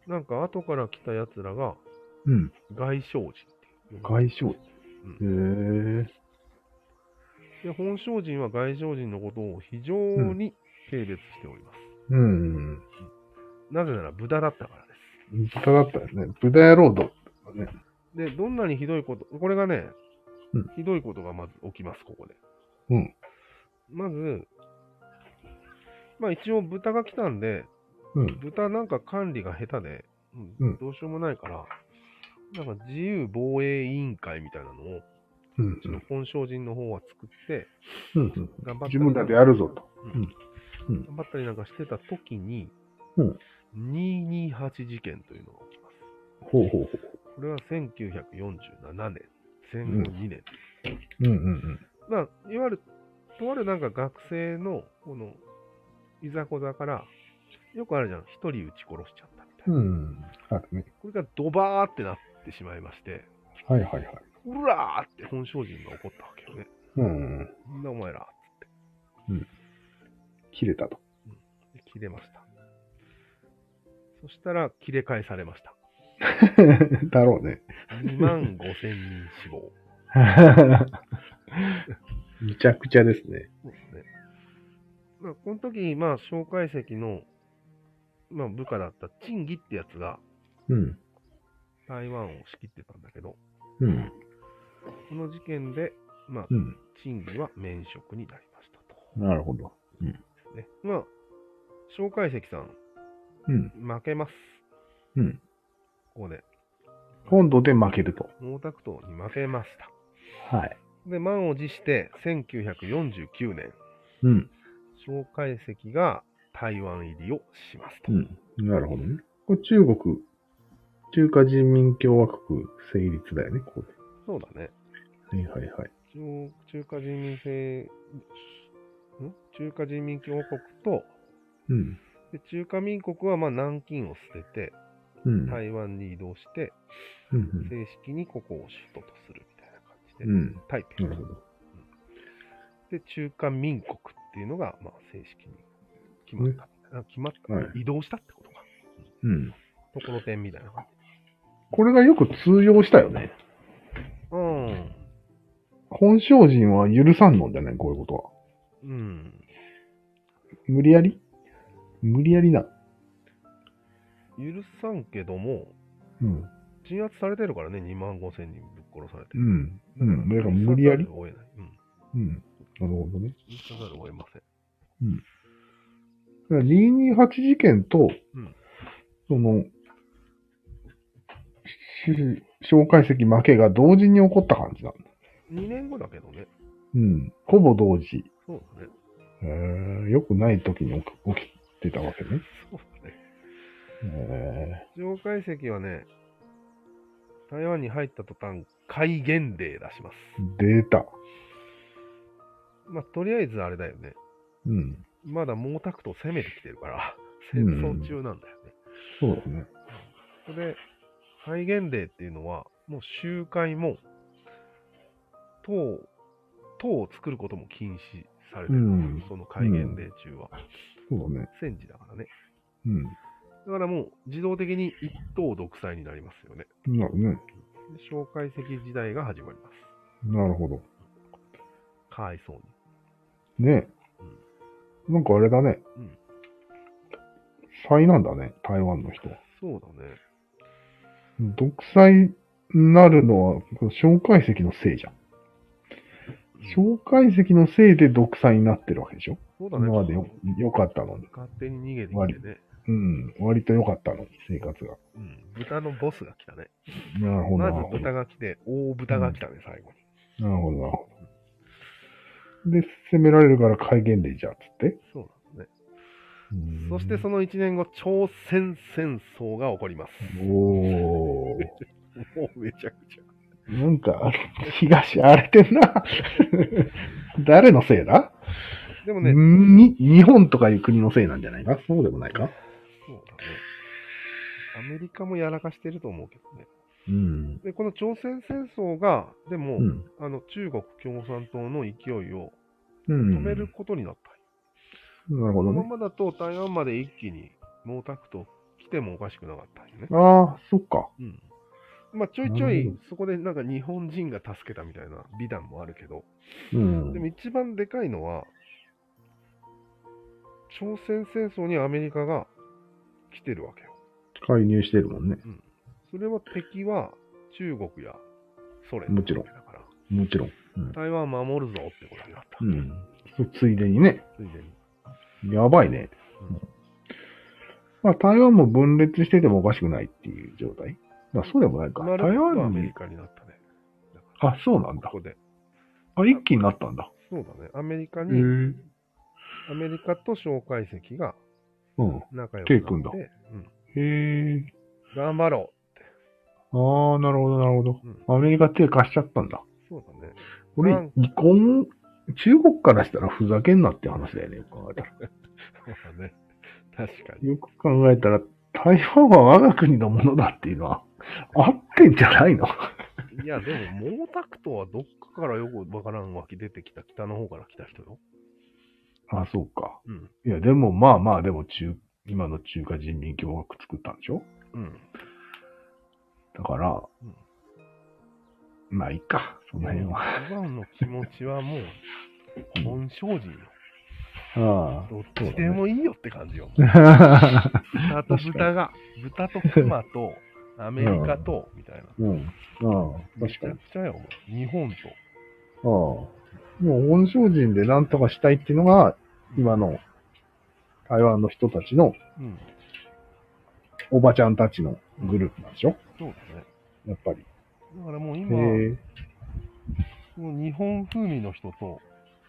Speaker 1: なんか後から来た奴らが、
Speaker 2: うん。
Speaker 1: 外省人っていう。
Speaker 2: 外傷。へえ。
Speaker 1: で、本省人は外省人のことを非常に軽蔑しております。
Speaker 2: うん。
Speaker 1: なぜなら豚だったからで
Speaker 2: 豚だったよね。豚野郎だったね。
Speaker 1: す。で、どんなにひどいこと、これがね、
Speaker 2: うん
Speaker 1: ひどいことがまず起きます、ここで。
Speaker 2: うん。
Speaker 1: まず、まあ一応豚が来たんで、
Speaker 2: うん。
Speaker 1: 豚なんか管理が下手で、う
Speaker 2: うん
Speaker 1: ん、どうしようもないから、なんか自由防衛委員会みたいなのを、
Speaker 2: うん
Speaker 1: うちの本省人の方は作って、
Speaker 2: うん。
Speaker 1: 頑張ったり
Speaker 2: 自分らでやるぞと。うん
Speaker 1: 頑張ったりなんかしてた時に、
Speaker 2: うん
Speaker 1: 228事件というのが起きます。
Speaker 2: ほうほうほ
Speaker 1: これは1947年、戦後2年。
Speaker 2: う。うんうん
Speaker 1: まあ、いわゆる、とあるなんか学生の、この、いざこざから、よくあるじゃん、一人撃ち殺しちゃったみたいな。
Speaker 2: うん。うん。あるね。
Speaker 1: これがドバーってなってしまいまして、
Speaker 2: はいはいはい。
Speaker 1: うらーって本省人が怒ったわけよね。
Speaker 2: うん。
Speaker 1: なんだお前ら、
Speaker 2: 切れた と。
Speaker 1: って切れました。そしたら、切れ返されました。
Speaker 2: だろ うね。
Speaker 1: 2万5千人死亡。
Speaker 2: むちゃくちゃですね。
Speaker 1: そうですね。まあ、この時、まあ、蒋介石の、まあ、部下だった陳義ってやつが
Speaker 2: うん。
Speaker 1: 台湾を仕切ってたんだけど、
Speaker 2: うん。
Speaker 1: この事件で、まあ
Speaker 2: う、ん。
Speaker 1: 陳義は免職になりましたと。
Speaker 2: なるほど。
Speaker 1: ね、まあ、蒋介石さん、
Speaker 2: うん。
Speaker 1: 負けます。
Speaker 2: うん。
Speaker 1: ここで、
Speaker 2: 本土で負けると。
Speaker 1: 毛沢東に負けました。
Speaker 2: はい。
Speaker 1: で、満を持して、1949年、
Speaker 2: うん。
Speaker 1: 蒋介石が台湾入りをしますと。
Speaker 2: うん。なるほどね。これ中国、中華人民共和国成立だよね、ここ
Speaker 1: そうだね。
Speaker 2: で。はいはいはい。
Speaker 1: 中中華人民制、ん中華人民共和国と、
Speaker 2: うん。
Speaker 1: で中華民国はまあ南京を捨てて、
Speaker 2: うん。い。
Speaker 1: 台湾に移動して、
Speaker 2: うん
Speaker 1: 正式にここを首都とするみたいな感じで、
Speaker 2: うん。うん。
Speaker 1: 台
Speaker 2: な
Speaker 1: 北
Speaker 2: るほど。
Speaker 1: で中華民国っていうのが、まあ、正式に決まった。あ決まった、
Speaker 2: はい
Speaker 1: 移動したってことか。
Speaker 2: うん。
Speaker 1: ところてんみたいな感じ。
Speaker 2: これがよく通用したよね。
Speaker 1: うん。
Speaker 2: 本省人は許さんのんじゃないこういうことは。
Speaker 1: うん。
Speaker 2: 無理やり無理やりな。
Speaker 1: 許さんけども、
Speaker 2: うん。
Speaker 1: 鎮圧されてるからね、2万5千人ぶっ殺されて
Speaker 2: う
Speaker 1: る。
Speaker 2: ん。うん。だから無理やり
Speaker 1: 許さざるを得ない。うん。
Speaker 2: うん。なるほどね。
Speaker 1: 許さざるを得ません。
Speaker 2: だから228事件と、
Speaker 1: うん
Speaker 2: その、し蒋介石負けが同時に起こった感じなんだ。
Speaker 1: 2年後だけどね。
Speaker 2: うん。ほぼ同時。
Speaker 1: そうだね。
Speaker 2: えー、よくない時に起き起きてたわけね。
Speaker 1: そうだね。
Speaker 2: え
Speaker 1: 上海石はね、台湾に入った途端、戒厳令出します。
Speaker 2: ー、出た。
Speaker 1: まあ、とりあえずあれだよね。
Speaker 2: うん。
Speaker 1: まだ毛沢東攻めてきてるから、
Speaker 2: う
Speaker 1: 戦
Speaker 2: ん
Speaker 1: 争中なんだよね。
Speaker 2: そうですね。
Speaker 1: それで、戒厳令っていうのは、もう集会も、党、党を作ることも禁止されてる。
Speaker 2: うん
Speaker 1: その戒厳令中は。
Speaker 2: そうだね。
Speaker 1: 戦時だからね。
Speaker 2: うん。
Speaker 1: だからもう自動的に一党独裁になりますよね。
Speaker 2: なるね。
Speaker 1: で蒋介石時代が始まります。
Speaker 2: なるほど。
Speaker 1: かわいそうに。
Speaker 2: ねなんかあれだね。
Speaker 1: うん
Speaker 2: 災難だね、台湾の人。
Speaker 1: そうだね。
Speaker 2: 独裁になるのは、蒋介石のせいじゃん。蒋介石のせいで独裁になってるわけでしょ
Speaker 1: そうだね。
Speaker 2: 今までよ良かったのに。
Speaker 1: 勝手に逃げてきてね。
Speaker 2: うん。割と良かったのに、生活が。
Speaker 1: うん。豚のボスが来たね。
Speaker 2: なるほど。
Speaker 1: ま
Speaker 2: な
Speaker 1: ず
Speaker 2: るほど。
Speaker 1: 豚が来て、大豚が来たね、最後に。
Speaker 2: なるほど、なるほど。で、攻められるから戒厳令じゃん、つって。
Speaker 1: そうなんです
Speaker 2: うん
Speaker 1: ね。そしてその1年後、朝鮮戦争が起こります。
Speaker 2: おー。
Speaker 1: もうめちゃくちゃ。
Speaker 2: なんか、東 荒れてんな。誰のせいだ、
Speaker 1: でもね、
Speaker 2: に日本とかいう国のせいなんじゃないかそうでもないか
Speaker 1: そうだね。アメリカもやらかしてると思うけどね。
Speaker 2: うん。
Speaker 1: で、この朝鮮戦争が、でも、
Speaker 2: うん。
Speaker 1: あの中国共産党の勢いを
Speaker 2: うん
Speaker 1: 止める。ことになった。
Speaker 2: なるほ
Speaker 1: こ
Speaker 2: ど
Speaker 1: の
Speaker 2: ね。
Speaker 1: ままだと台湾まで一気に毛沢東来てもおかしくなかったんよね。
Speaker 2: ああ、そっか。
Speaker 1: うん。まあちょいちょ
Speaker 2: なる
Speaker 1: い
Speaker 2: ほ
Speaker 1: そこでなんか日本人が助けたみたいな美談もあるけど、
Speaker 2: うん
Speaker 1: で。も一番でかいのは、朝鮮戦争にアメリカが来てるわけよ。
Speaker 2: 介入してるもんね。
Speaker 1: それは敵は中国やソ連
Speaker 2: もちろん
Speaker 1: だから、
Speaker 2: もちろん。うん。
Speaker 1: 台湾守るぞってことになった。
Speaker 2: うん。そうついでにね。
Speaker 1: ついでに。
Speaker 2: やばいね。
Speaker 1: うん
Speaker 2: まあ、台湾も分裂しててもおかしくないっていう状態。まあ、そうでもないか。
Speaker 1: まる
Speaker 2: 台
Speaker 1: っとア
Speaker 2: 湾
Speaker 1: メ
Speaker 2: に
Speaker 1: リ。カになったね。だから
Speaker 2: あ、そうなんだ
Speaker 1: こ。こで。
Speaker 2: あ、一気になったんだ。
Speaker 1: そうだね。アメリカ
Speaker 2: へ
Speaker 1: に、アメリカと蒋介石が
Speaker 2: うん。
Speaker 1: 仲良くなって
Speaker 2: 手組んだ
Speaker 1: うん、
Speaker 2: へえ。
Speaker 1: 頑張ろ
Speaker 2: ああ、なるほど、なるほど
Speaker 1: う、。うん。
Speaker 2: アメリカ手貸しちゃったんだ。
Speaker 1: そうだね。
Speaker 2: これ
Speaker 1: なん、
Speaker 2: 離婚、中国からしたらふざけんなって話だよね、よく考えたら。
Speaker 1: そうだね。確かに。
Speaker 2: よく考えたら、台湾は我が国のものだっていうのは、合ってんじゃないの
Speaker 1: いや、でも、毛沢東はどっかからよくわからんわけ出てきた、北の方から来た人よ。
Speaker 2: あ、そうか。
Speaker 1: うん。
Speaker 2: いや、でもまあまあ、でも中、今の中華人民共和国作ったんでしょ
Speaker 1: うん。
Speaker 2: だから、
Speaker 1: うん
Speaker 2: まあいいか、その辺は。
Speaker 1: 一番の気持ちはもう、本性人よ。
Speaker 2: あ
Speaker 1: どっちでもいいよって感じ よ。
Speaker 2: あ。
Speaker 1: 豚と豚が、豚と熊と、アメリカと、みたいな。
Speaker 2: うん。ああ、
Speaker 1: め
Speaker 2: 確
Speaker 1: ち
Speaker 2: か
Speaker 1: ゃ
Speaker 2: に。
Speaker 1: くちゃよ、日本と。
Speaker 2: ああ。もう本省人でなんとかしたいっていうのが、今の台湾の人たちの、
Speaker 1: うん。
Speaker 2: おばちゃんたちのグループなんでしょ
Speaker 1: そうだね。
Speaker 2: やっぱり。
Speaker 1: だからもう
Speaker 2: へ
Speaker 1: 今、
Speaker 2: え。
Speaker 1: その日本風味の人と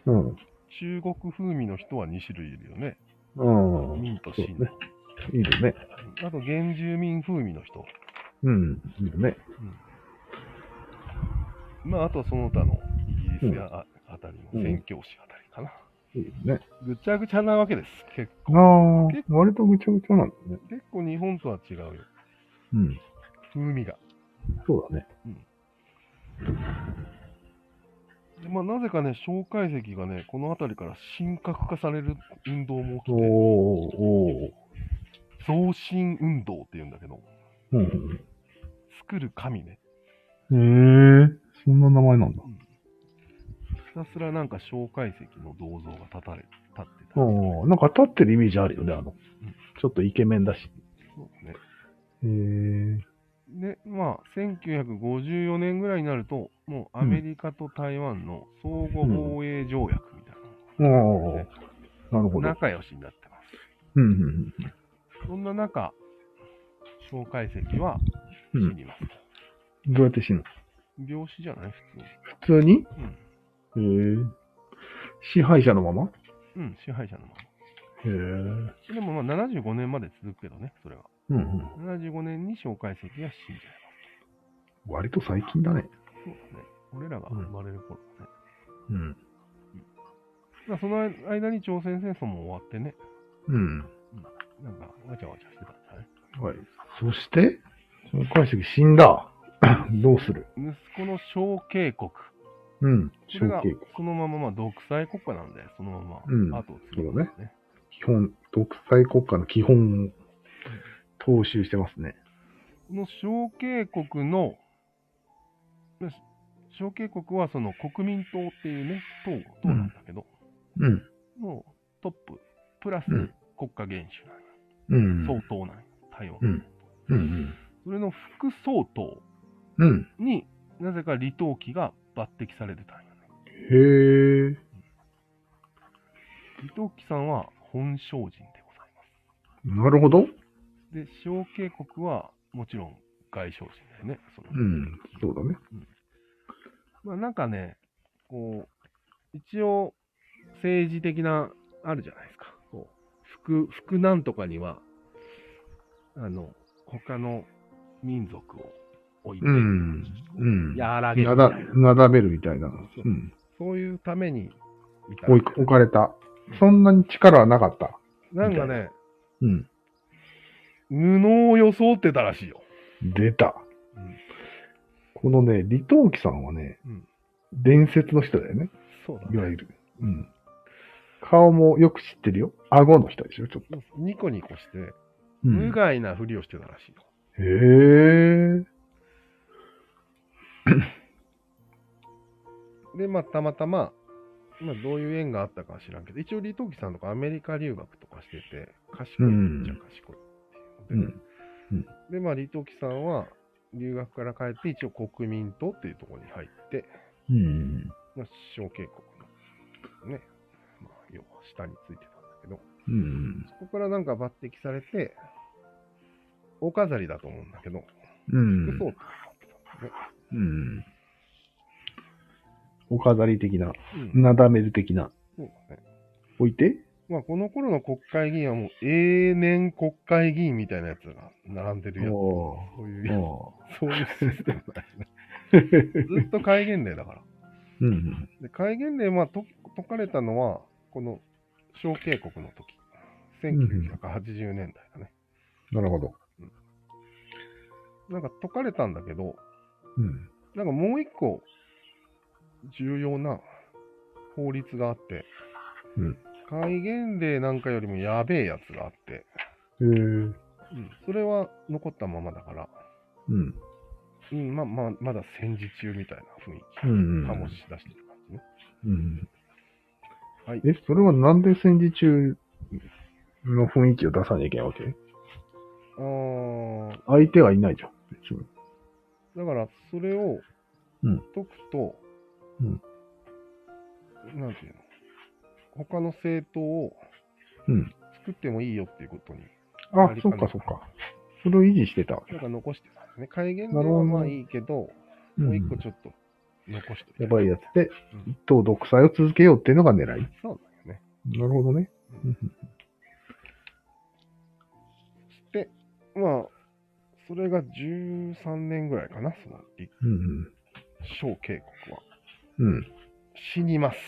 Speaker 2: うん。
Speaker 1: 中国風味の人は2種類いるよね。
Speaker 2: うん。
Speaker 1: 民と清
Speaker 2: そうねいいよね。
Speaker 1: あと、原住民風味の人。
Speaker 2: うん。いいよね。
Speaker 1: まあ、あとその他のイギリスやああたりの
Speaker 2: うん
Speaker 1: 宣教師あたりかな。
Speaker 2: いいよね。
Speaker 1: ぐちゃぐちゃなわけです。結
Speaker 2: あ
Speaker 1: 構。
Speaker 2: あ、割とぐちゃぐちゃなんだね。
Speaker 1: 結構日本とは違うよ。
Speaker 2: うん。
Speaker 1: 風味が。
Speaker 2: そうだね。
Speaker 1: でまあ、なぜかね、蒋介石がね、この辺りから神格化される運動も起
Speaker 2: お
Speaker 1: き
Speaker 2: ー
Speaker 1: て、
Speaker 2: おー。
Speaker 1: 増進運動っていうんだけど、
Speaker 2: うん。
Speaker 1: 作る神ね。
Speaker 2: へえそんな名前なんだ。
Speaker 1: ひたすらなんか蒋介石の銅像が立たれ、立ってた。
Speaker 2: うん。なんか立ってるイメージあるよね、あの
Speaker 1: うん。
Speaker 2: ちょっとイケメンだし。
Speaker 1: そうですね。
Speaker 2: へえ
Speaker 1: で、まあ、1954年ぐらいになると、もうアメリカと台湾の相互防衛条約みたい
Speaker 2: ああ、
Speaker 1: なので、
Speaker 2: なるほど。
Speaker 1: 仲良しになってま
Speaker 2: うんうん
Speaker 1: す。そんな中、蒋介石は死
Speaker 2: うん。
Speaker 1: にます。
Speaker 2: どうやって死ぬの
Speaker 1: 病死じゃない普
Speaker 2: 普通に
Speaker 1: 通に。
Speaker 2: へえ支配者のままへ
Speaker 1: うん。うん、支配者のま
Speaker 2: え
Speaker 1: ま。でもまあ75年まで続くけどね、それは。
Speaker 2: うんうん。
Speaker 1: 75年に蒋介石が死んじゃい
Speaker 2: 割と最近だ
Speaker 1: ま
Speaker 2: ね。
Speaker 1: す。そうだね。俺らが生まれる頃だね。
Speaker 2: うん。
Speaker 1: まあその間に朝鮮戦争も終わってね、
Speaker 2: うん。
Speaker 1: なんかわちゃわちゃしてたんじゃない
Speaker 2: はい。そして、蒋介石死んだ。 どうする
Speaker 1: 息子の小渓国。
Speaker 2: うん。
Speaker 1: こ
Speaker 2: 小
Speaker 1: れが
Speaker 2: 警告。
Speaker 1: そのまままあ独裁国家なんで、そのま
Speaker 2: うん
Speaker 1: ま後を継ぐんですね。
Speaker 2: 基本、独裁国家の基本を踏襲してますね。
Speaker 1: この小渓国の、まあ小渓国はその国民党っていうね、党党なんだけど、
Speaker 2: うん。
Speaker 1: のトップ、プラス
Speaker 2: うん
Speaker 1: 国家元
Speaker 2: うん。
Speaker 1: 首なんよ、総統なんよ、台湾。
Speaker 2: うん。うん。
Speaker 1: それの副総統
Speaker 2: うん。
Speaker 1: になぜか李登輝が抜擢されてたんよね。
Speaker 2: へえ。
Speaker 1: 李登輝さんは本省人でございま
Speaker 2: なるほど。
Speaker 1: す。で、小渓国はもちろん外省人だよね。その
Speaker 2: うん。そうだね。
Speaker 1: まあなんかね、こう、一応政治的な、あるじゃないですか。こう、服、服なんとかには、あの、他の民族を置いて、
Speaker 2: うん。うん。
Speaker 1: やらげる
Speaker 2: な
Speaker 1: みた
Speaker 2: だ
Speaker 1: いな、
Speaker 2: なだめるみたいな。うん。
Speaker 1: そういうために、みたい
Speaker 2: 置い置かれた。そんなに力はなかった。
Speaker 1: な。なんかね、
Speaker 2: うん。
Speaker 1: 布を装ってたらしいよ。
Speaker 2: 出た。
Speaker 1: うん
Speaker 2: このね、李登輝さんはね、
Speaker 1: うん
Speaker 2: 伝説の人だよね。
Speaker 1: そうだ
Speaker 2: いわ
Speaker 1: ね。
Speaker 2: ゆる。うん。顔もよく知ってるよ。顎の人でしょ、ちょっと。
Speaker 1: ニコニコして、
Speaker 2: うん
Speaker 1: 無害なふりをしてたらしいよ。
Speaker 2: へえ。
Speaker 1: で、まあ、たまたま、まあ、どういう縁があったかは知らんけど、一応、李登輝さんとかアメリカ留学とかしてて、賢いっちゃ賢いって
Speaker 2: う
Speaker 1: いうので、
Speaker 2: ん。
Speaker 1: で、まあ、李登輝さんは、留学から帰って、一応国民党っていうところに入って、
Speaker 2: うん。
Speaker 1: まあ、小渓国の、ね、まあ、要は下についてたんだけど、
Speaker 2: うん。
Speaker 1: そこからなんか抜擢されて、大飾りだと思うんだけど、
Speaker 2: う
Speaker 1: 副総
Speaker 2: ん。
Speaker 1: 統だっ
Speaker 2: うん。お飾り的な、
Speaker 1: たんだね。うん。
Speaker 2: なだめる的な。
Speaker 1: そうだね。
Speaker 2: 置いて
Speaker 1: まあ、この頃の国会議員はもう永年国会議員みたいなやつが並んでるやつ。
Speaker 2: お
Speaker 1: そうい
Speaker 2: ー
Speaker 1: う、
Speaker 2: お
Speaker 1: そういうシステムだよね。
Speaker 2: ー
Speaker 1: ずっと戒厳令だから。
Speaker 2: うん。
Speaker 1: で戒厳令はと解かれたのは、この小渓国の時。1980年代だね。
Speaker 2: なるほど。
Speaker 1: なんか解かれたんだけど、
Speaker 2: うん。
Speaker 1: なんかもう一個重要な法律があって、
Speaker 2: うん
Speaker 1: 戒厳令なんかよりもやべえやつがあって、
Speaker 2: へえ。
Speaker 1: それは残ったままだから、
Speaker 2: うん。
Speaker 1: うん、まあまあ、まだ戦時中みたいな雰囲
Speaker 2: う
Speaker 1: 気、
Speaker 2: ん。
Speaker 1: 醸し出してる感じね。
Speaker 2: うん。
Speaker 1: はい
Speaker 2: え、それはなんで戦時中の雰囲気を出さなきゃいけないわけ
Speaker 1: あ
Speaker 2: 相手はいないじゃん、別に。
Speaker 1: あ、だから、それを
Speaker 2: うん
Speaker 1: 解くと、
Speaker 2: うん
Speaker 1: なんていうの、他の政党を
Speaker 2: うん
Speaker 1: 作ってもいいよっていうことに、
Speaker 2: あ
Speaker 1: 割、り
Speaker 2: そ
Speaker 1: 勘
Speaker 2: っかそっか。それを維持してたわけ
Speaker 1: なん
Speaker 2: だ。
Speaker 1: か残してたんですね。戒厳
Speaker 2: な
Speaker 1: 令
Speaker 2: るほ
Speaker 1: は
Speaker 2: ど
Speaker 1: まあいいけど、
Speaker 2: う
Speaker 1: も
Speaker 2: ん
Speaker 1: う一個ちょっと残して
Speaker 2: やばいやつで
Speaker 1: うん、
Speaker 2: と独裁を続けようっていうのが狙い。
Speaker 1: そうだよね。
Speaker 2: なるほどね。
Speaker 1: で、まあ、それが13年ぐらいかな、その、
Speaker 2: うん
Speaker 1: 小渓谷は。
Speaker 2: うん。うん。
Speaker 1: 死にます。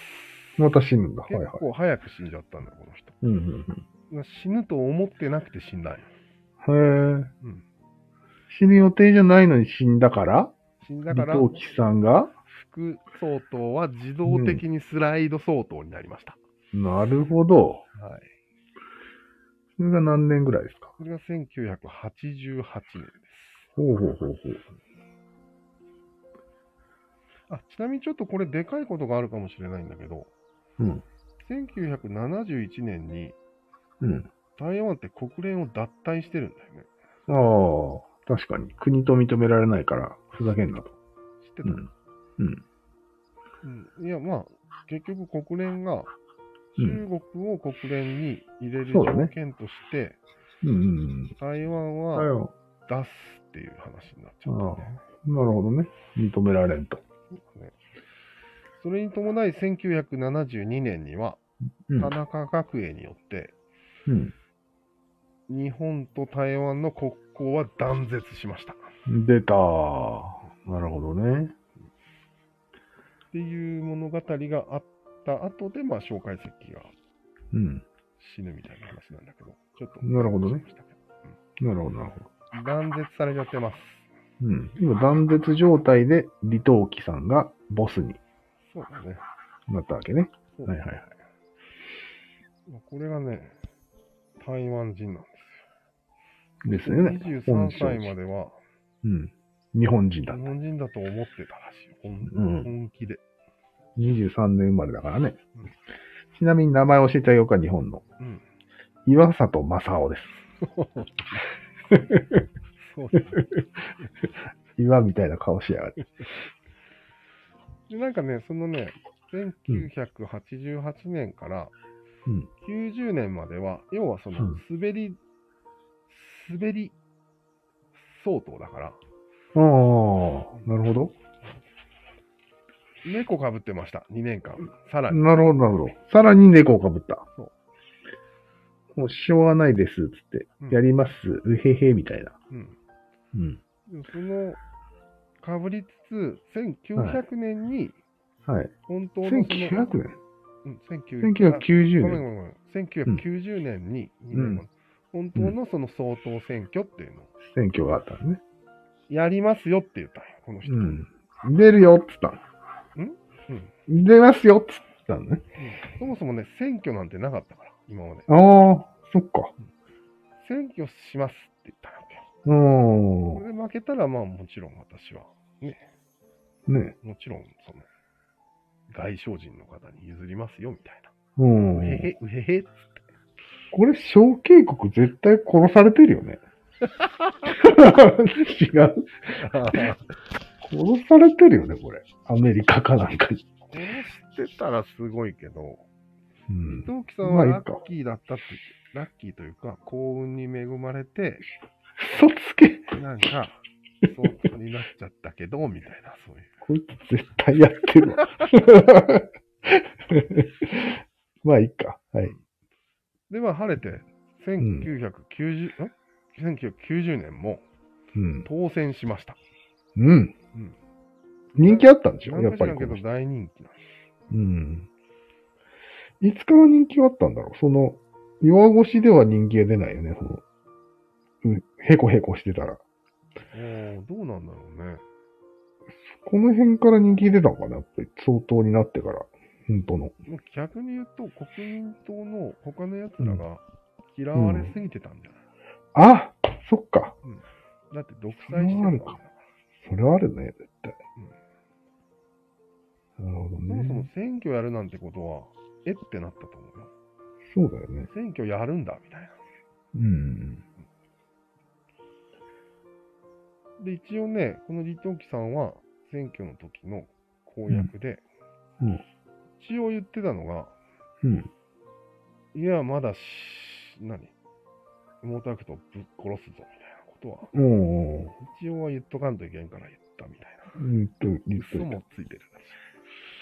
Speaker 2: また死ぬんだ。はい
Speaker 1: 結
Speaker 2: はい。
Speaker 1: 構早く死んじゃったんだよ、この人。
Speaker 2: うんうん
Speaker 1: 死ぬと思ってなくて死んだんよ。
Speaker 2: うん。へえ。
Speaker 1: うん
Speaker 2: 死ぬ予定じゃないのに死んだから、
Speaker 1: 死んだ
Speaker 2: 李
Speaker 1: から、
Speaker 2: 登輝さんが、
Speaker 1: 副相当は自動的にスライド相当になりました。
Speaker 2: なるほど。
Speaker 1: はい。
Speaker 2: それが何年ぐらいですか
Speaker 1: これが1988年です。
Speaker 2: ほうほうほうほう。
Speaker 1: あ、ちなみにちょっとこれでかいことがあるかもしれないんだけど、
Speaker 2: うん。
Speaker 1: 1971年に
Speaker 2: うん。
Speaker 1: 台湾って国連を脱退してるんだよね。
Speaker 2: ああ、確かに。国と認められないから、ふざけんなと。
Speaker 1: 知って
Speaker 2: う
Speaker 1: た、
Speaker 2: ん。うん。
Speaker 1: うんいや、まあ、結局国連が
Speaker 2: う
Speaker 1: 中
Speaker 2: ん
Speaker 1: 国を国連に入れる
Speaker 2: そ
Speaker 1: 条
Speaker 2: うだね
Speaker 1: 件として、
Speaker 2: うんうん
Speaker 1: 台湾
Speaker 2: うん。は
Speaker 1: は
Speaker 2: よ。
Speaker 1: 出すっていう話になっちゃったんだよね。
Speaker 2: なるほどね。認められんと。
Speaker 1: ねそれに伴い1972年には
Speaker 2: うん
Speaker 1: 田。中角栄によって
Speaker 2: うん
Speaker 1: 日本と台湾の国交は断絶しました。っ
Speaker 2: 出たー。なるほどね。
Speaker 1: ていう物語があった後で、まあ、蒋介石が
Speaker 2: うん。
Speaker 1: 死ぬみたいな話なんだけど、ちょっと。
Speaker 2: なるほどね
Speaker 1: しましたけど。
Speaker 2: なるほど、なるほど。
Speaker 1: 断絶されちゃってます。
Speaker 2: うん。今、断絶状態で、李登輝さんがボスに
Speaker 1: そうだね。
Speaker 2: なったわけね。
Speaker 1: そう
Speaker 2: はいはいはい。
Speaker 1: これがね、台湾人なん
Speaker 2: ですよね。
Speaker 1: です。
Speaker 2: 本
Speaker 1: 23
Speaker 2: 性
Speaker 1: 歳までは
Speaker 2: うん。日本人
Speaker 1: 日
Speaker 2: だった。
Speaker 1: 本人だと思ってたらしいよ。ほん
Speaker 2: うん
Speaker 1: 本気で。
Speaker 2: 23年生まれだからね
Speaker 1: うん。
Speaker 2: ちなみに名前を教えてあげようか、日本の。
Speaker 1: うん。
Speaker 2: 岩里正夫です。
Speaker 1: そうだね。
Speaker 2: 岩みたいな顔しやがって。
Speaker 1: で、なんかね、そのね、1988年から
Speaker 2: うん
Speaker 1: 90年までは、要はその
Speaker 2: うん
Speaker 1: 滑り、滑り相当だから、
Speaker 2: ああ、なるほど。
Speaker 1: 猫かぶってました、2年間。さらに。
Speaker 2: なるほど、なるほど。さらに猫をかぶった
Speaker 1: そ。
Speaker 2: もうしょうがないです、つって。
Speaker 1: うん
Speaker 2: やります、うへへ、みたいな。
Speaker 1: うん
Speaker 2: うん。
Speaker 1: でもその、かぶりつつ、1900年に、
Speaker 2: はい。
Speaker 1: 本当のその、
Speaker 2: 1900年
Speaker 1: うん、1900
Speaker 2: ?1990
Speaker 1: ごめん
Speaker 2: 年
Speaker 1: ごめんごめん。1990年に、
Speaker 2: ん
Speaker 1: 本当のその総統選挙っていうのを、
Speaker 2: 選挙があったのね。
Speaker 1: やりますよって言ったんよ、この人。
Speaker 2: うん。出るよ、っつったの。出ますよ、っつったのね。
Speaker 1: そもそもね、選挙なんてなかったから、今まで。
Speaker 2: ああ、そっか。
Speaker 1: 選挙しますって言ったわけよ。
Speaker 2: うー
Speaker 1: こ
Speaker 2: ん。
Speaker 1: れで負けたら、まあもちろん私は、
Speaker 2: ね。。
Speaker 1: もちろんその、外省人の方に譲りますよみたいうな。うんへへ、うへへ。
Speaker 2: これ、小渓谷絶対殺されてる よね。違う。殺されてるよね、これ。アメリカかなんかに。
Speaker 1: こうしてたらすごいけど、
Speaker 2: うん。
Speaker 1: 陶器さんは
Speaker 2: まあい
Speaker 1: ラ
Speaker 2: いか
Speaker 1: ッキーだったって言って、ラッキーというか、幸運に恵まれて、
Speaker 2: 嘘つけ。
Speaker 1: なんか、そうになっちゃったけど、みたいな、そういう。
Speaker 2: こいつ絶対やってるわ。 まあ、いいか。はい。
Speaker 1: で、まあ晴れて、1990、ん、1990年も
Speaker 2: うん。
Speaker 1: 当選しました。
Speaker 2: うん
Speaker 1: うん。
Speaker 2: 人気あったんでしょ
Speaker 1: なん
Speaker 2: や
Speaker 1: か
Speaker 2: っ
Speaker 1: 知
Speaker 2: ぱ
Speaker 1: ら
Speaker 2: り
Speaker 1: ん
Speaker 2: こ
Speaker 1: け
Speaker 2: の
Speaker 1: ど
Speaker 2: 人。
Speaker 1: 大人気な
Speaker 2: うん。いつから人気があったんだろうその、弱腰では人気が出ないよね、その、うん、へこへこしてたら。
Speaker 1: の。おーどうなんだろうね。
Speaker 2: この辺から人気出たのかなやっぱり相当になってから。本当の。
Speaker 1: もう逆に言うと、国民党の他の奴らが嫌われすぎてたんじゃない、
Speaker 2: あそっか。
Speaker 1: だって独裁してたんだから。
Speaker 2: それはあるね、絶対。なるほど
Speaker 1: そもそも
Speaker 2: ね。
Speaker 1: 選挙やるなんてことは、えってなったと思うよ。
Speaker 2: そうだよね。
Speaker 1: 選挙やるんだ、みたいな。
Speaker 2: うん。
Speaker 1: で、一応ね、この李登輝さんは、選挙の時の公約で、
Speaker 2: うんうん
Speaker 1: 一応言ってたのが、
Speaker 2: うん。
Speaker 1: いや、まだし、何毛沢東ぶっ殺すぞ、みたいなこことは、
Speaker 2: うんうん。
Speaker 1: 一応は言っとかんといけんから言ったみたいな。
Speaker 2: うんと、言っと
Speaker 1: 嘘
Speaker 2: い
Speaker 1: もついてるら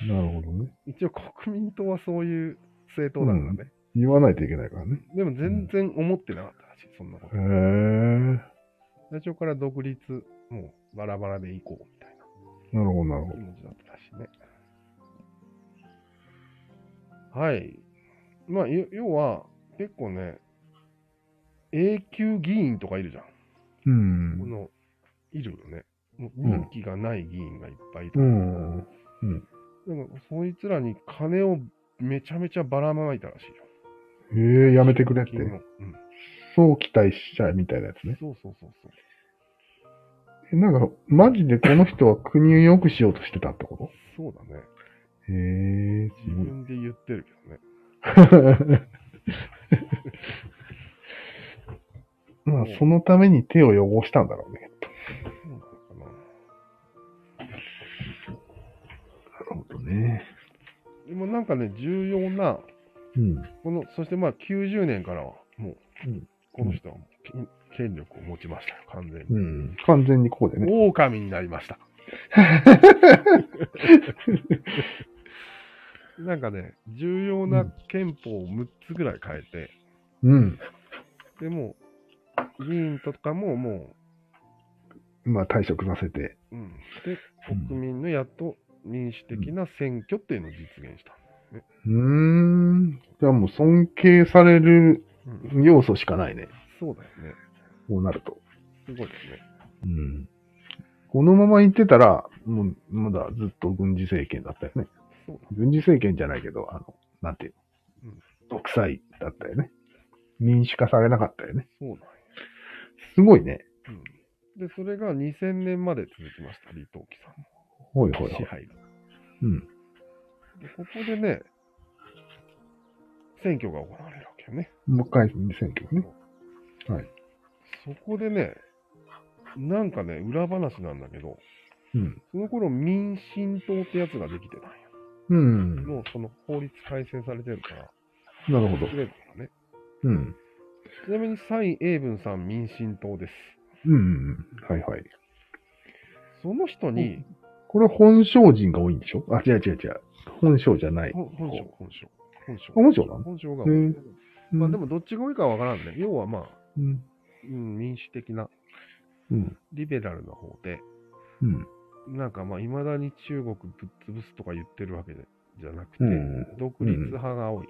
Speaker 1: し
Speaker 2: たなるほどね。
Speaker 1: い。一応国民党はそういう政党なんだね。
Speaker 2: 言わないといけないからね。
Speaker 1: でも全然思ってなかったらしい、そんなこと
Speaker 2: へ。え。
Speaker 1: 最初から独立、もうバラバラで行こうみたい
Speaker 2: なるほど、なる
Speaker 1: な
Speaker 2: ほ
Speaker 1: 気
Speaker 2: ど。
Speaker 1: 持ちだったらしいね。はい。まあ、よ要は、結構ね、永久議員とかいるじゃん。
Speaker 2: う
Speaker 1: こ
Speaker 2: ん。
Speaker 1: の、いるよね。もう
Speaker 2: うん
Speaker 1: 任期がない議員がいっぱいいた。
Speaker 2: うん。へ
Speaker 1: なんか、そいつらに金をめちゃめちゃばらまいたらしいよ。
Speaker 2: え、やめてくれって。
Speaker 1: 金をうん。
Speaker 2: そう期待しちゃうみたいなやつね。
Speaker 1: そうそうそうそう。
Speaker 2: えなんか、マジでこの人は国を良くしようとしてたってこと
Speaker 1: そうだね。
Speaker 2: へえ、す
Speaker 1: 自
Speaker 2: ごい。
Speaker 1: 分で言ってるけどね。
Speaker 2: まあ、そのために手を汚したんだろうね。
Speaker 1: そうなのかな。
Speaker 2: なるほどね。
Speaker 1: でもなんかね、重要な、
Speaker 2: うん。
Speaker 1: この、そしてまあ90年からは、もう、
Speaker 2: うん
Speaker 1: この人はもう権権力を持ちましたよ、完全に。
Speaker 2: うん。完全にこうでね。
Speaker 1: 狼になりま した。なんかね、重要な憲法を6つぐらい変えて、
Speaker 2: うん。
Speaker 1: でもう、議員とかもも
Speaker 2: まあ、退職させて。
Speaker 1: う、うん、で、国民のやっと民主的な選挙っていうのを実現した。
Speaker 2: うーん。じゃあもう尊敬される
Speaker 1: うん、
Speaker 2: 要素しかないね。
Speaker 1: そうだよね。
Speaker 2: こうなると。
Speaker 1: すごいよね。
Speaker 2: うん。このまま言ってたら、もう、まだずっと軍事政権だったよね。
Speaker 1: そうだ
Speaker 2: 軍事政権じゃないけど、あの、なんていうの
Speaker 1: うん
Speaker 2: 独裁だったよね。民主化されなかったよね。
Speaker 1: そうなんや。
Speaker 2: すごいね。
Speaker 1: うん、で、それが2000年まで続きました、李登輝さん
Speaker 2: ほいほ
Speaker 1: の
Speaker 2: いほ
Speaker 1: 支
Speaker 2: い。
Speaker 1: 配が。
Speaker 2: うん。
Speaker 1: で、ここでね、選挙が行われるわけよね。
Speaker 2: もう一回選挙ね。はい。
Speaker 1: そこでね、なんかね、裏話なんだけど、
Speaker 2: うん。
Speaker 1: その頃民進党ってやつができてたんや。
Speaker 2: うん。
Speaker 1: もうその法律改正されてるから、
Speaker 2: なるほど
Speaker 1: 作。れるからね。
Speaker 2: うん。
Speaker 1: ちなみに蔡英文さん民進党です。
Speaker 2: うん。はいはい。
Speaker 1: その人に、
Speaker 2: これ本省人が多いんでしょあ、違う違う違う。本省じゃない。
Speaker 1: ほ本省、本省、本省。
Speaker 2: あ本省なの
Speaker 1: 本省が
Speaker 2: へ
Speaker 1: 多い、
Speaker 2: え
Speaker 1: まあでもどっちが多いかはわからんね。要はまあ、
Speaker 2: うん。
Speaker 1: うん、民主的な、
Speaker 2: うん。
Speaker 1: リベラルな方で、
Speaker 2: うん。
Speaker 1: なんかまあ、いまだに中国ぶっ潰すとか言ってるわけでじゃなくて、
Speaker 2: うん
Speaker 1: 独立派が多い。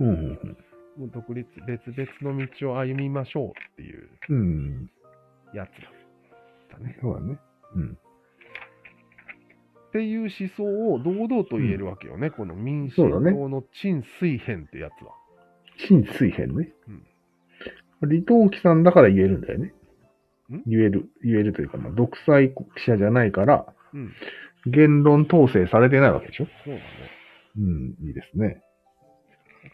Speaker 2: うん。
Speaker 1: もう独立、別々の道を歩みましょうっていう
Speaker 2: うん。
Speaker 1: やつだったね。
Speaker 2: そうだね。うん。
Speaker 1: っていう思想を堂々と言えるわけよね、この民進
Speaker 2: そうだね
Speaker 1: 党の陳水編ってやつは。
Speaker 2: 陳水編ね。
Speaker 1: うん
Speaker 2: 李登輝さんだから言えるんだよね
Speaker 1: ん。
Speaker 2: 言える、言えるというか、まあ、独裁者じゃないから、
Speaker 1: うん、
Speaker 2: 言論統制されてないわけでしょ
Speaker 1: そうだね。
Speaker 2: うん、いいですね。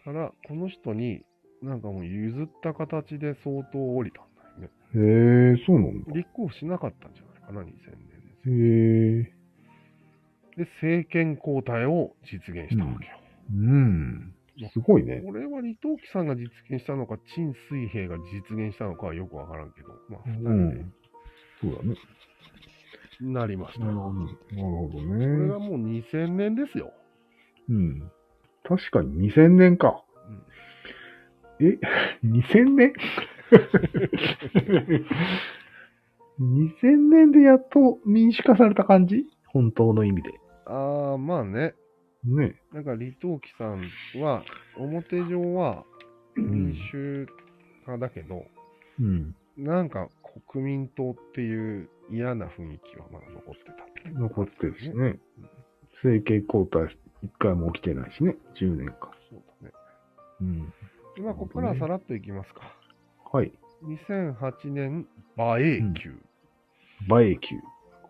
Speaker 1: だから、この人に、なんかもう譲った形で相当降りたんだよね。
Speaker 2: へえ、そうなんだ。へ
Speaker 1: 立候補しなかったんじゃないかな、2000年です。
Speaker 2: え、
Speaker 1: で、政権交代を実現したわけよ。
Speaker 2: うん。すごいね。
Speaker 1: これは李登輝さんが実現したのか、陳水平が実現したのかはよくわからんけど、まあ、
Speaker 2: う
Speaker 1: 二
Speaker 2: ん。そうだね。
Speaker 1: 人でなりました。
Speaker 2: なるほど。なるほど
Speaker 1: これが
Speaker 2: ね。
Speaker 1: もう2000年ですよ。
Speaker 2: うん。確かに2000年か。え、2000年 ?2000 年でやっと民主化された感じ本当の意味で。
Speaker 1: ああ、まあね。
Speaker 2: ね。
Speaker 1: なんか李登輝さんは、表上は民主派だけど、
Speaker 2: うん。
Speaker 1: なんか国民党っていう嫌な雰囲気はまだ残ってたっていう
Speaker 2: 残ってるしね。政権交代一回も起きてないしね。10年か。
Speaker 1: そうだね。
Speaker 2: うん。
Speaker 1: まあ、ここからはさらっといきますか。
Speaker 2: はい。
Speaker 1: 2008年、馬英九。
Speaker 2: 馬英九。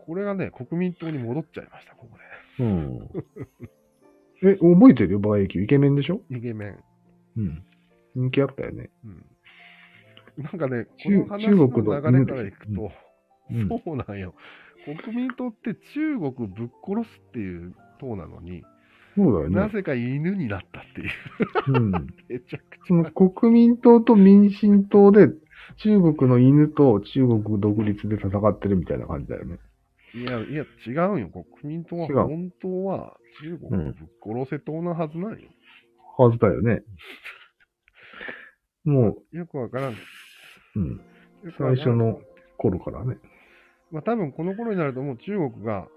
Speaker 1: これがね、国民党に戻っちゃいました、ここ
Speaker 2: うん。 え、覚えてるよ、馬英九。イケメンでしょ
Speaker 1: で。イケメン。
Speaker 2: うん。人気あったよね。
Speaker 1: うん。なんかね、こ
Speaker 2: 中
Speaker 1: の話の
Speaker 2: 中国の
Speaker 1: 流れからいくと、
Speaker 2: うん。
Speaker 1: そうなんよ。国民党って中国ぶっ殺すっていう党なのに、
Speaker 2: そうだよ
Speaker 1: な
Speaker 2: ね。
Speaker 1: ぜか犬に なったっていう、
Speaker 2: うん。
Speaker 1: めちゃくち
Speaker 2: その国民党と民進党で中国の犬と中国独立で戦ってるみたいな感じだよね。
Speaker 1: いや、いや、違うよ。国民党は
Speaker 2: 違う
Speaker 1: 本当は中国をぶっ殺せ党なはずなんよ。
Speaker 2: はずだよね。も
Speaker 1: よくわからん。よ
Speaker 2: う、うん、
Speaker 1: くわから
Speaker 2: 最
Speaker 1: ん
Speaker 2: 初の。頃からね。
Speaker 1: まあ多分この頃になるともう中国が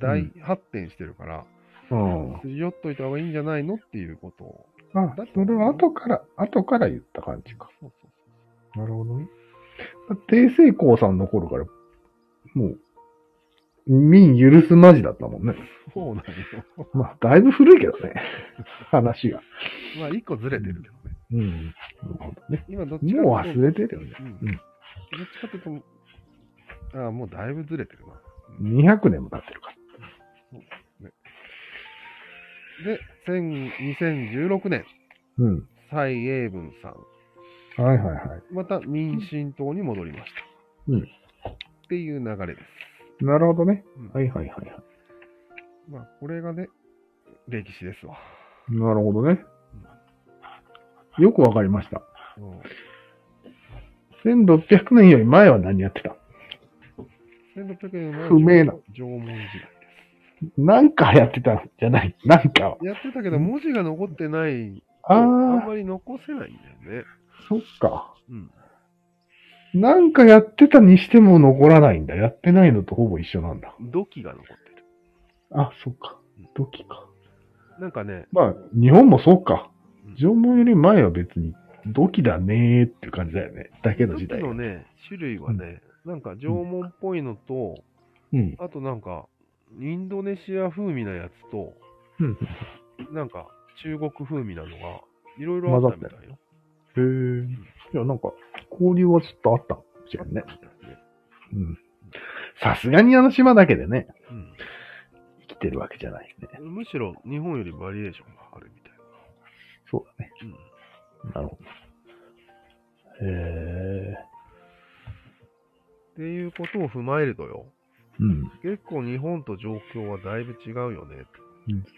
Speaker 1: 大発展してるから、
Speaker 2: うん。
Speaker 1: 筋寄っといた方がいいんじゃないのっていうことを。
Speaker 2: あ、それは後から、後から言った感じか。
Speaker 1: そうそう
Speaker 2: なるほどね。帝成功さんの頃から、もう、民許すまじだったもんね。
Speaker 1: そうそうなんよ。
Speaker 2: まあ、だいぶ古いけどね。 話が。
Speaker 1: まあ一個ずれてるけどね。
Speaker 2: うん。なるほどね。
Speaker 1: 今どっちか
Speaker 2: もう
Speaker 1: という
Speaker 2: 忘
Speaker 1: と
Speaker 2: れてるよね。
Speaker 1: うん
Speaker 2: うん
Speaker 1: どっちかというと、ああ、もうだいぶずれてるな。
Speaker 2: 200年も経ってるから。
Speaker 1: で、1000 2016年、
Speaker 2: うん。
Speaker 1: 蔡英文さん、
Speaker 2: はいはいはい。
Speaker 1: また民進党に戻りました。
Speaker 2: うん
Speaker 1: っていう流れです。
Speaker 2: なるほどね。
Speaker 1: うん
Speaker 2: はいはいはいはい。
Speaker 1: まあ、これがね、歴史ですわ。
Speaker 2: なるほどね。よくわかりました。
Speaker 1: うん
Speaker 2: 1600年より前は何やってた
Speaker 1: 1600年前
Speaker 2: 不明な
Speaker 1: 縄文時代で
Speaker 2: なんかやってたんじゃない。なんかは。
Speaker 1: す。やってたけど、文字が残ってない、
Speaker 2: あ
Speaker 1: あん
Speaker 2: あ、
Speaker 1: まり残せないんだよね。
Speaker 2: そっか。
Speaker 1: うん。
Speaker 2: なんかやってたにしても残らないんだ。やってないのとほぼ一緒なんだ。
Speaker 1: 土器が残ってる。
Speaker 2: あ、そっか。土器か。
Speaker 1: なんかね、
Speaker 2: まあ、日本もそうか
Speaker 1: うん。
Speaker 2: 縄文より前は別に土器だねーっていう感じだよね。だけの
Speaker 1: 土
Speaker 2: 時
Speaker 1: 器
Speaker 2: 代。
Speaker 1: のね、種類はね、なんか縄文っぽいのと、
Speaker 2: うん。
Speaker 1: あとなんか、インドネシア風味なやつと、
Speaker 2: うん。
Speaker 1: なんか、中国風味なのが、いろいろあったみたいよ。
Speaker 2: へえ。いや、なんか、交流はちょっとあったかもしれんね。うん。さすがにあの島だけでね、生きてるわけじゃないね。
Speaker 1: うん、むしろ日本よりバリエーションがあるみたい
Speaker 2: そうだね。
Speaker 1: な。
Speaker 2: なるほど。へえ。
Speaker 1: っていうことを踏まえるとよ、
Speaker 2: うん。
Speaker 1: 結構日本と状況はだいぶ違うよね。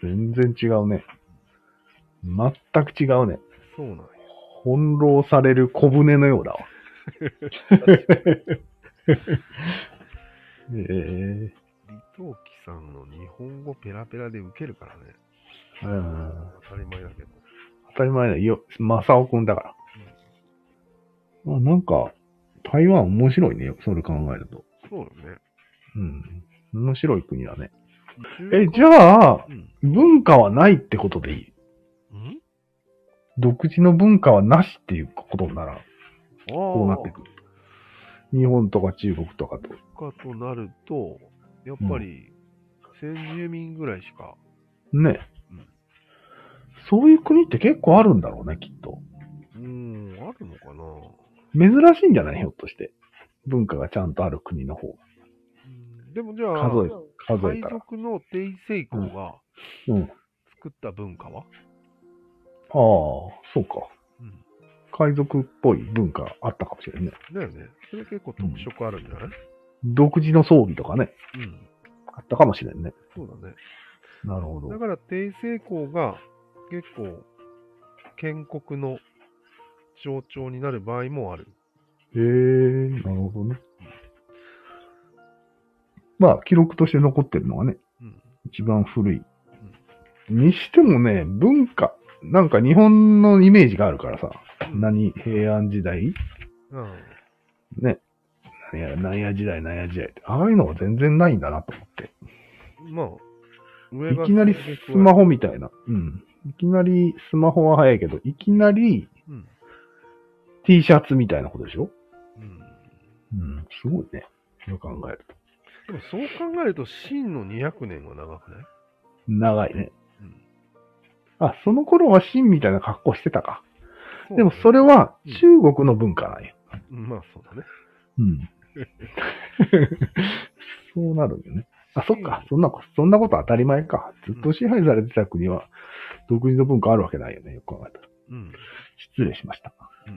Speaker 2: 全然違うね。全く違うね。
Speaker 1: そうなんや。
Speaker 2: 翻弄される小舟のようだわ。ええ
Speaker 1: 李登輝さんの日本語ペラペラでウケるからね。
Speaker 2: うん
Speaker 1: 当たり前だけど。
Speaker 2: 当たり前だよ。マサオくんだから。まあなんか、台湾面白いね。それ考えると。
Speaker 1: そうよね。
Speaker 2: うん。面白い国だね。え、
Speaker 1: 中
Speaker 2: じゃあ、
Speaker 1: 華うん。
Speaker 2: 文化はないってことでいい
Speaker 1: うん
Speaker 2: 独自の文化はなしっていうことなら、
Speaker 1: ああ、
Speaker 2: こうなってくる。日本とか中国とかと。
Speaker 1: かとなると、やっぱり、先住民ぐらいしか、
Speaker 2: ね
Speaker 1: うん。
Speaker 2: そういう国って結構あるんだろうね、きっと。
Speaker 1: うん、あるのかな。
Speaker 2: 珍しいんじゃないひょっとして。文化がちゃんとある国の方
Speaker 1: うんでもじゃあ、
Speaker 2: 数え、数え
Speaker 1: 海
Speaker 2: たら。
Speaker 1: 賊の帝成功が
Speaker 2: うんうん
Speaker 1: 作った文化は、
Speaker 2: ああ、そうか。
Speaker 1: うん
Speaker 2: 海賊っぽい文化あったかもしれないね。
Speaker 1: だよね。それ結構特色あるんじゃない、
Speaker 2: 独自の装備とかね、
Speaker 1: うん、
Speaker 2: あったかもしれんね。
Speaker 1: そうだね。
Speaker 2: なるほど
Speaker 1: だ。から帝政公が結構建国の象徴になる場合もある。
Speaker 2: へえ、なるほどね。まあ、記録として残ってるのがね、
Speaker 1: うん。
Speaker 2: 一番古い。にしてもね、文化、なんか日本のイメージがあるからさ、何、平安時代
Speaker 1: うん。
Speaker 2: ね。何や、何や時代、何や時代って、ああいうのが全然ないんだなと思って。
Speaker 1: まあ、上
Speaker 2: いきなりスマ
Speaker 1: ホ。
Speaker 2: ホみたいな。うん。いきなりスマホは早いけど、いきなり
Speaker 1: うん。
Speaker 2: T シャツみたいなことでしょ
Speaker 1: うん、
Speaker 2: うん。すごいね。よく考えると。
Speaker 1: でもそう考えると、真の200年は長くない
Speaker 2: 長いね。
Speaker 1: うん
Speaker 2: あ、その頃はシンみたいな格好してたか。
Speaker 1: うだね
Speaker 2: でもそれは
Speaker 1: うん
Speaker 2: 中国の文化なんや。
Speaker 1: うんまあそうだね。
Speaker 2: うん。そうなるよね。あ、そっか。そんなこ、そんなこと当たり前か。ずっと支配されてた国は、独自の文化あるわけないよね。よく考えたら。
Speaker 1: うん。
Speaker 2: 失礼しました。
Speaker 1: う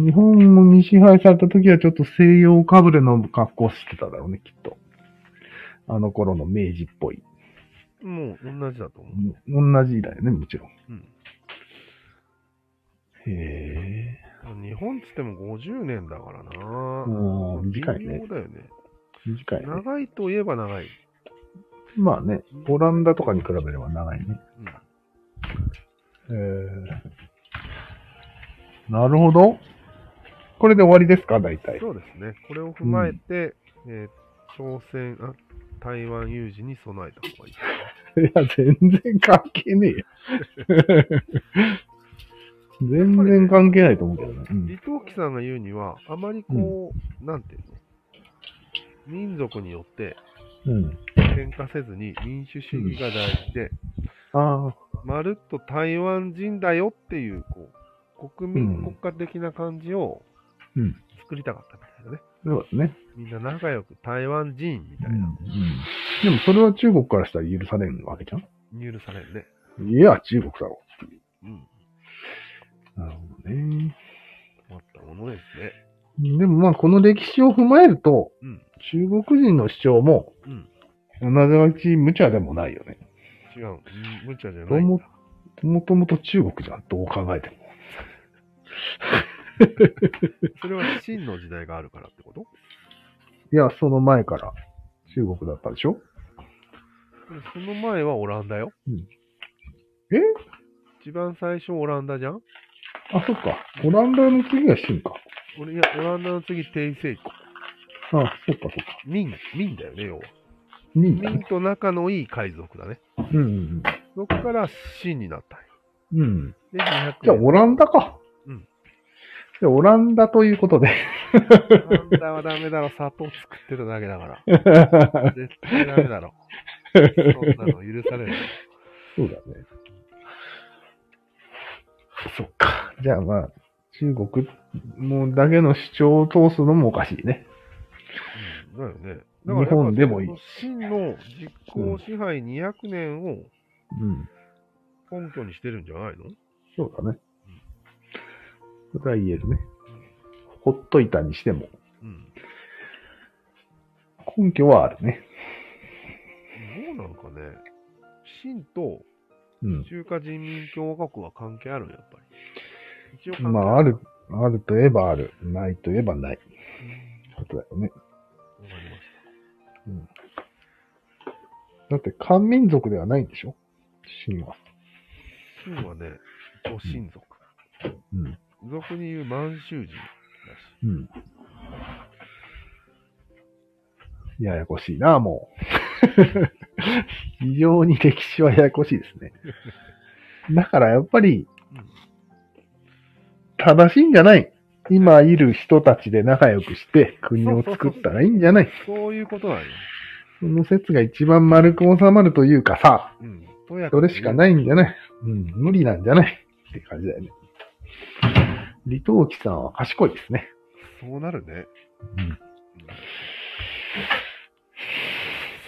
Speaker 1: ん。
Speaker 2: 日本に支配された時はちょっと西洋かぶれの格好してただろうね、きっと。あの頃の明治っぽい。
Speaker 1: もう同じだと思う。
Speaker 2: 同じだよね、もちろん。
Speaker 1: うん
Speaker 2: へえ。
Speaker 1: 日本っつっても50年だからな。
Speaker 2: うん短い
Speaker 1: 微
Speaker 2: ね
Speaker 1: 妙。だよね。
Speaker 2: 短いね。
Speaker 1: 長いといえば長い。
Speaker 2: まあね、オランダとかに比べれば長いね。
Speaker 1: うん
Speaker 2: えー、なるほど。これで終わりですか、大体。
Speaker 1: そうですね。これを踏まえて、えー朝鮮あ、台湾有事に備えた方がいい。
Speaker 2: いや、全然関係ねえよ。全然関係ないと思うけどね。うん
Speaker 1: 李登輝さんが言うには、あまりこう、なんていうの民族によって
Speaker 2: うん。
Speaker 1: 喧嘩せずに民主主義が大事で、
Speaker 2: ああ、
Speaker 1: まるっと台湾人だよっていう、こう、国民、
Speaker 2: うん
Speaker 1: 国家的な感じを
Speaker 2: うん
Speaker 1: 作りたかったみたいなね。
Speaker 2: そうだね。
Speaker 1: みんな仲良く台湾人みた
Speaker 2: う
Speaker 1: い
Speaker 2: ん
Speaker 1: な、
Speaker 2: でもそれは中国からしたら許されんわけじゃ
Speaker 1: 許されるね。
Speaker 2: んいや、中国だろ。
Speaker 1: うん。
Speaker 2: なるほどね。
Speaker 1: 困ったものですね。
Speaker 2: でもまあ、この歴史を踏まえると、
Speaker 1: うん。
Speaker 2: 中国人の主張も、
Speaker 1: うん。
Speaker 2: 同じわち無茶でもないよね。
Speaker 1: 違う。無茶じゃ
Speaker 2: ど
Speaker 1: な
Speaker 2: う
Speaker 1: いん
Speaker 2: も
Speaker 1: だ。、
Speaker 2: もともと中国じゃん、どう考えても。
Speaker 1: それは真の時代があるからってこと
Speaker 2: いや、その前から中国だったでしょ
Speaker 1: でも その前はオランダよ。
Speaker 2: うんえ
Speaker 1: 一番最初オランダじゃん
Speaker 2: あ、そっか。オランダの次が清か。
Speaker 1: 俺いや、オランダの次、帝政国。
Speaker 2: あ、そっかそっか。
Speaker 1: 民、民だよね、要は。
Speaker 2: 2だ
Speaker 1: 民
Speaker 2: ね。
Speaker 1: と仲のいい海賊だね。
Speaker 2: うん
Speaker 1: そこから秦になったんよ。
Speaker 2: うんうん。うん。
Speaker 1: で、200
Speaker 2: じゃあ、
Speaker 1: 年。
Speaker 2: オランダか。
Speaker 1: うん。
Speaker 2: じゃあ、オランダということで。
Speaker 1: オランダはダメだろ、砂糖作ってるだけだから。絶対ダメだろ。そんなの許されない。
Speaker 2: そうだね。そっか。じゃあまあ、中国もうだけの主張を通すのもおかしいね。
Speaker 1: うんだよね。
Speaker 2: 日本でもいい
Speaker 1: だからその秦の実行支配200年を
Speaker 2: うん。
Speaker 1: 根拠にしてるんじゃないの
Speaker 2: そうだね。それは言えるね。ほっといたにしても、
Speaker 1: うん。
Speaker 2: 根拠はあるね。
Speaker 1: どうなんかね。秦と
Speaker 2: うん。
Speaker 1: 中華人民共和国は関係あるんやっぱり。一応関係
Speaker 2: まあ、ある、あるといえばある。ないといえばない。ことだよね。
Speaker 1: わかりまし
Speaker 2: だって、漢民族ではないんでしょ秦は。
Speaker 1: た。秦はね、一応秦族。
Speaker 2: うん。
Speaker 1: 俗に言う満州人だし。
Speaker 2: うん。ややこしいな、もう。 非常に歴史はややこしいですね。だからやっぱり
Speaker 1: うん、
Speaker 2: 正しいんじゃない。今いる人たちで仲良くして国を作ったらいいんじゃない。
Speaker 1: そういうことなんよ。
Speaker 2: その説が一番丸く収まるというかさ、
Speaker 1: うん。とやか
Speaker 2: そ
Speaker 1: く。
Speaker 2: れしかないいんじゃない。うん、無理なんじゃない。って感じだよね。李登輝さんは賢いですね。
Speaker 1: そうなるね。
Speaker 2: うん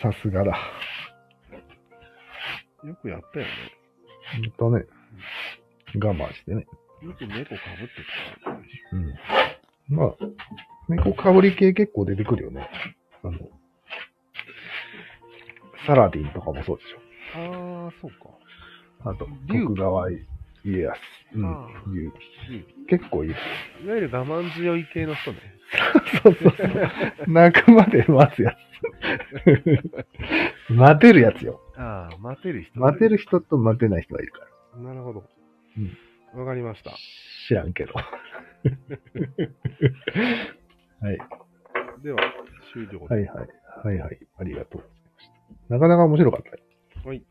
Speaker 2: さすがだ。
Speaker 1: よくやったよね。
Speaker 2: ほんとね。我慢してね。
Speaker 1: よく猫かぶってたよね。
Speaker 2: うん。まあ、猫かぶり系結構出てくるよね。あの、サラディンとかもそうでし
Speaker 1: ああ、そうか。
Speaker 2: ょ。あと、
Speaker 1: 竜
Speaker 2: 徳川家康。う
Speaker 1: ああ
Speaker 2: ん。いう結構いる。
Speaker 1: いわゆる我慢強い系の人ね。
Speaker 2: そうそうそう。泣くまで待つや つ。待てるやつよ。
Speaker 1: ああ、待てる人、
Speaker 2: 待て。る人と待てない人がいるから。
Speaker 1: なるほど。わ、
Speaker 2: うん
Speaker 1: かりました。
Speaker 2: 知らん けど。はい。
Speaker 1: では、終了です。
Speaker 2: はいはい。はいはい。ありがとうございました。なかなか面白かった。
Speaker 1: はい。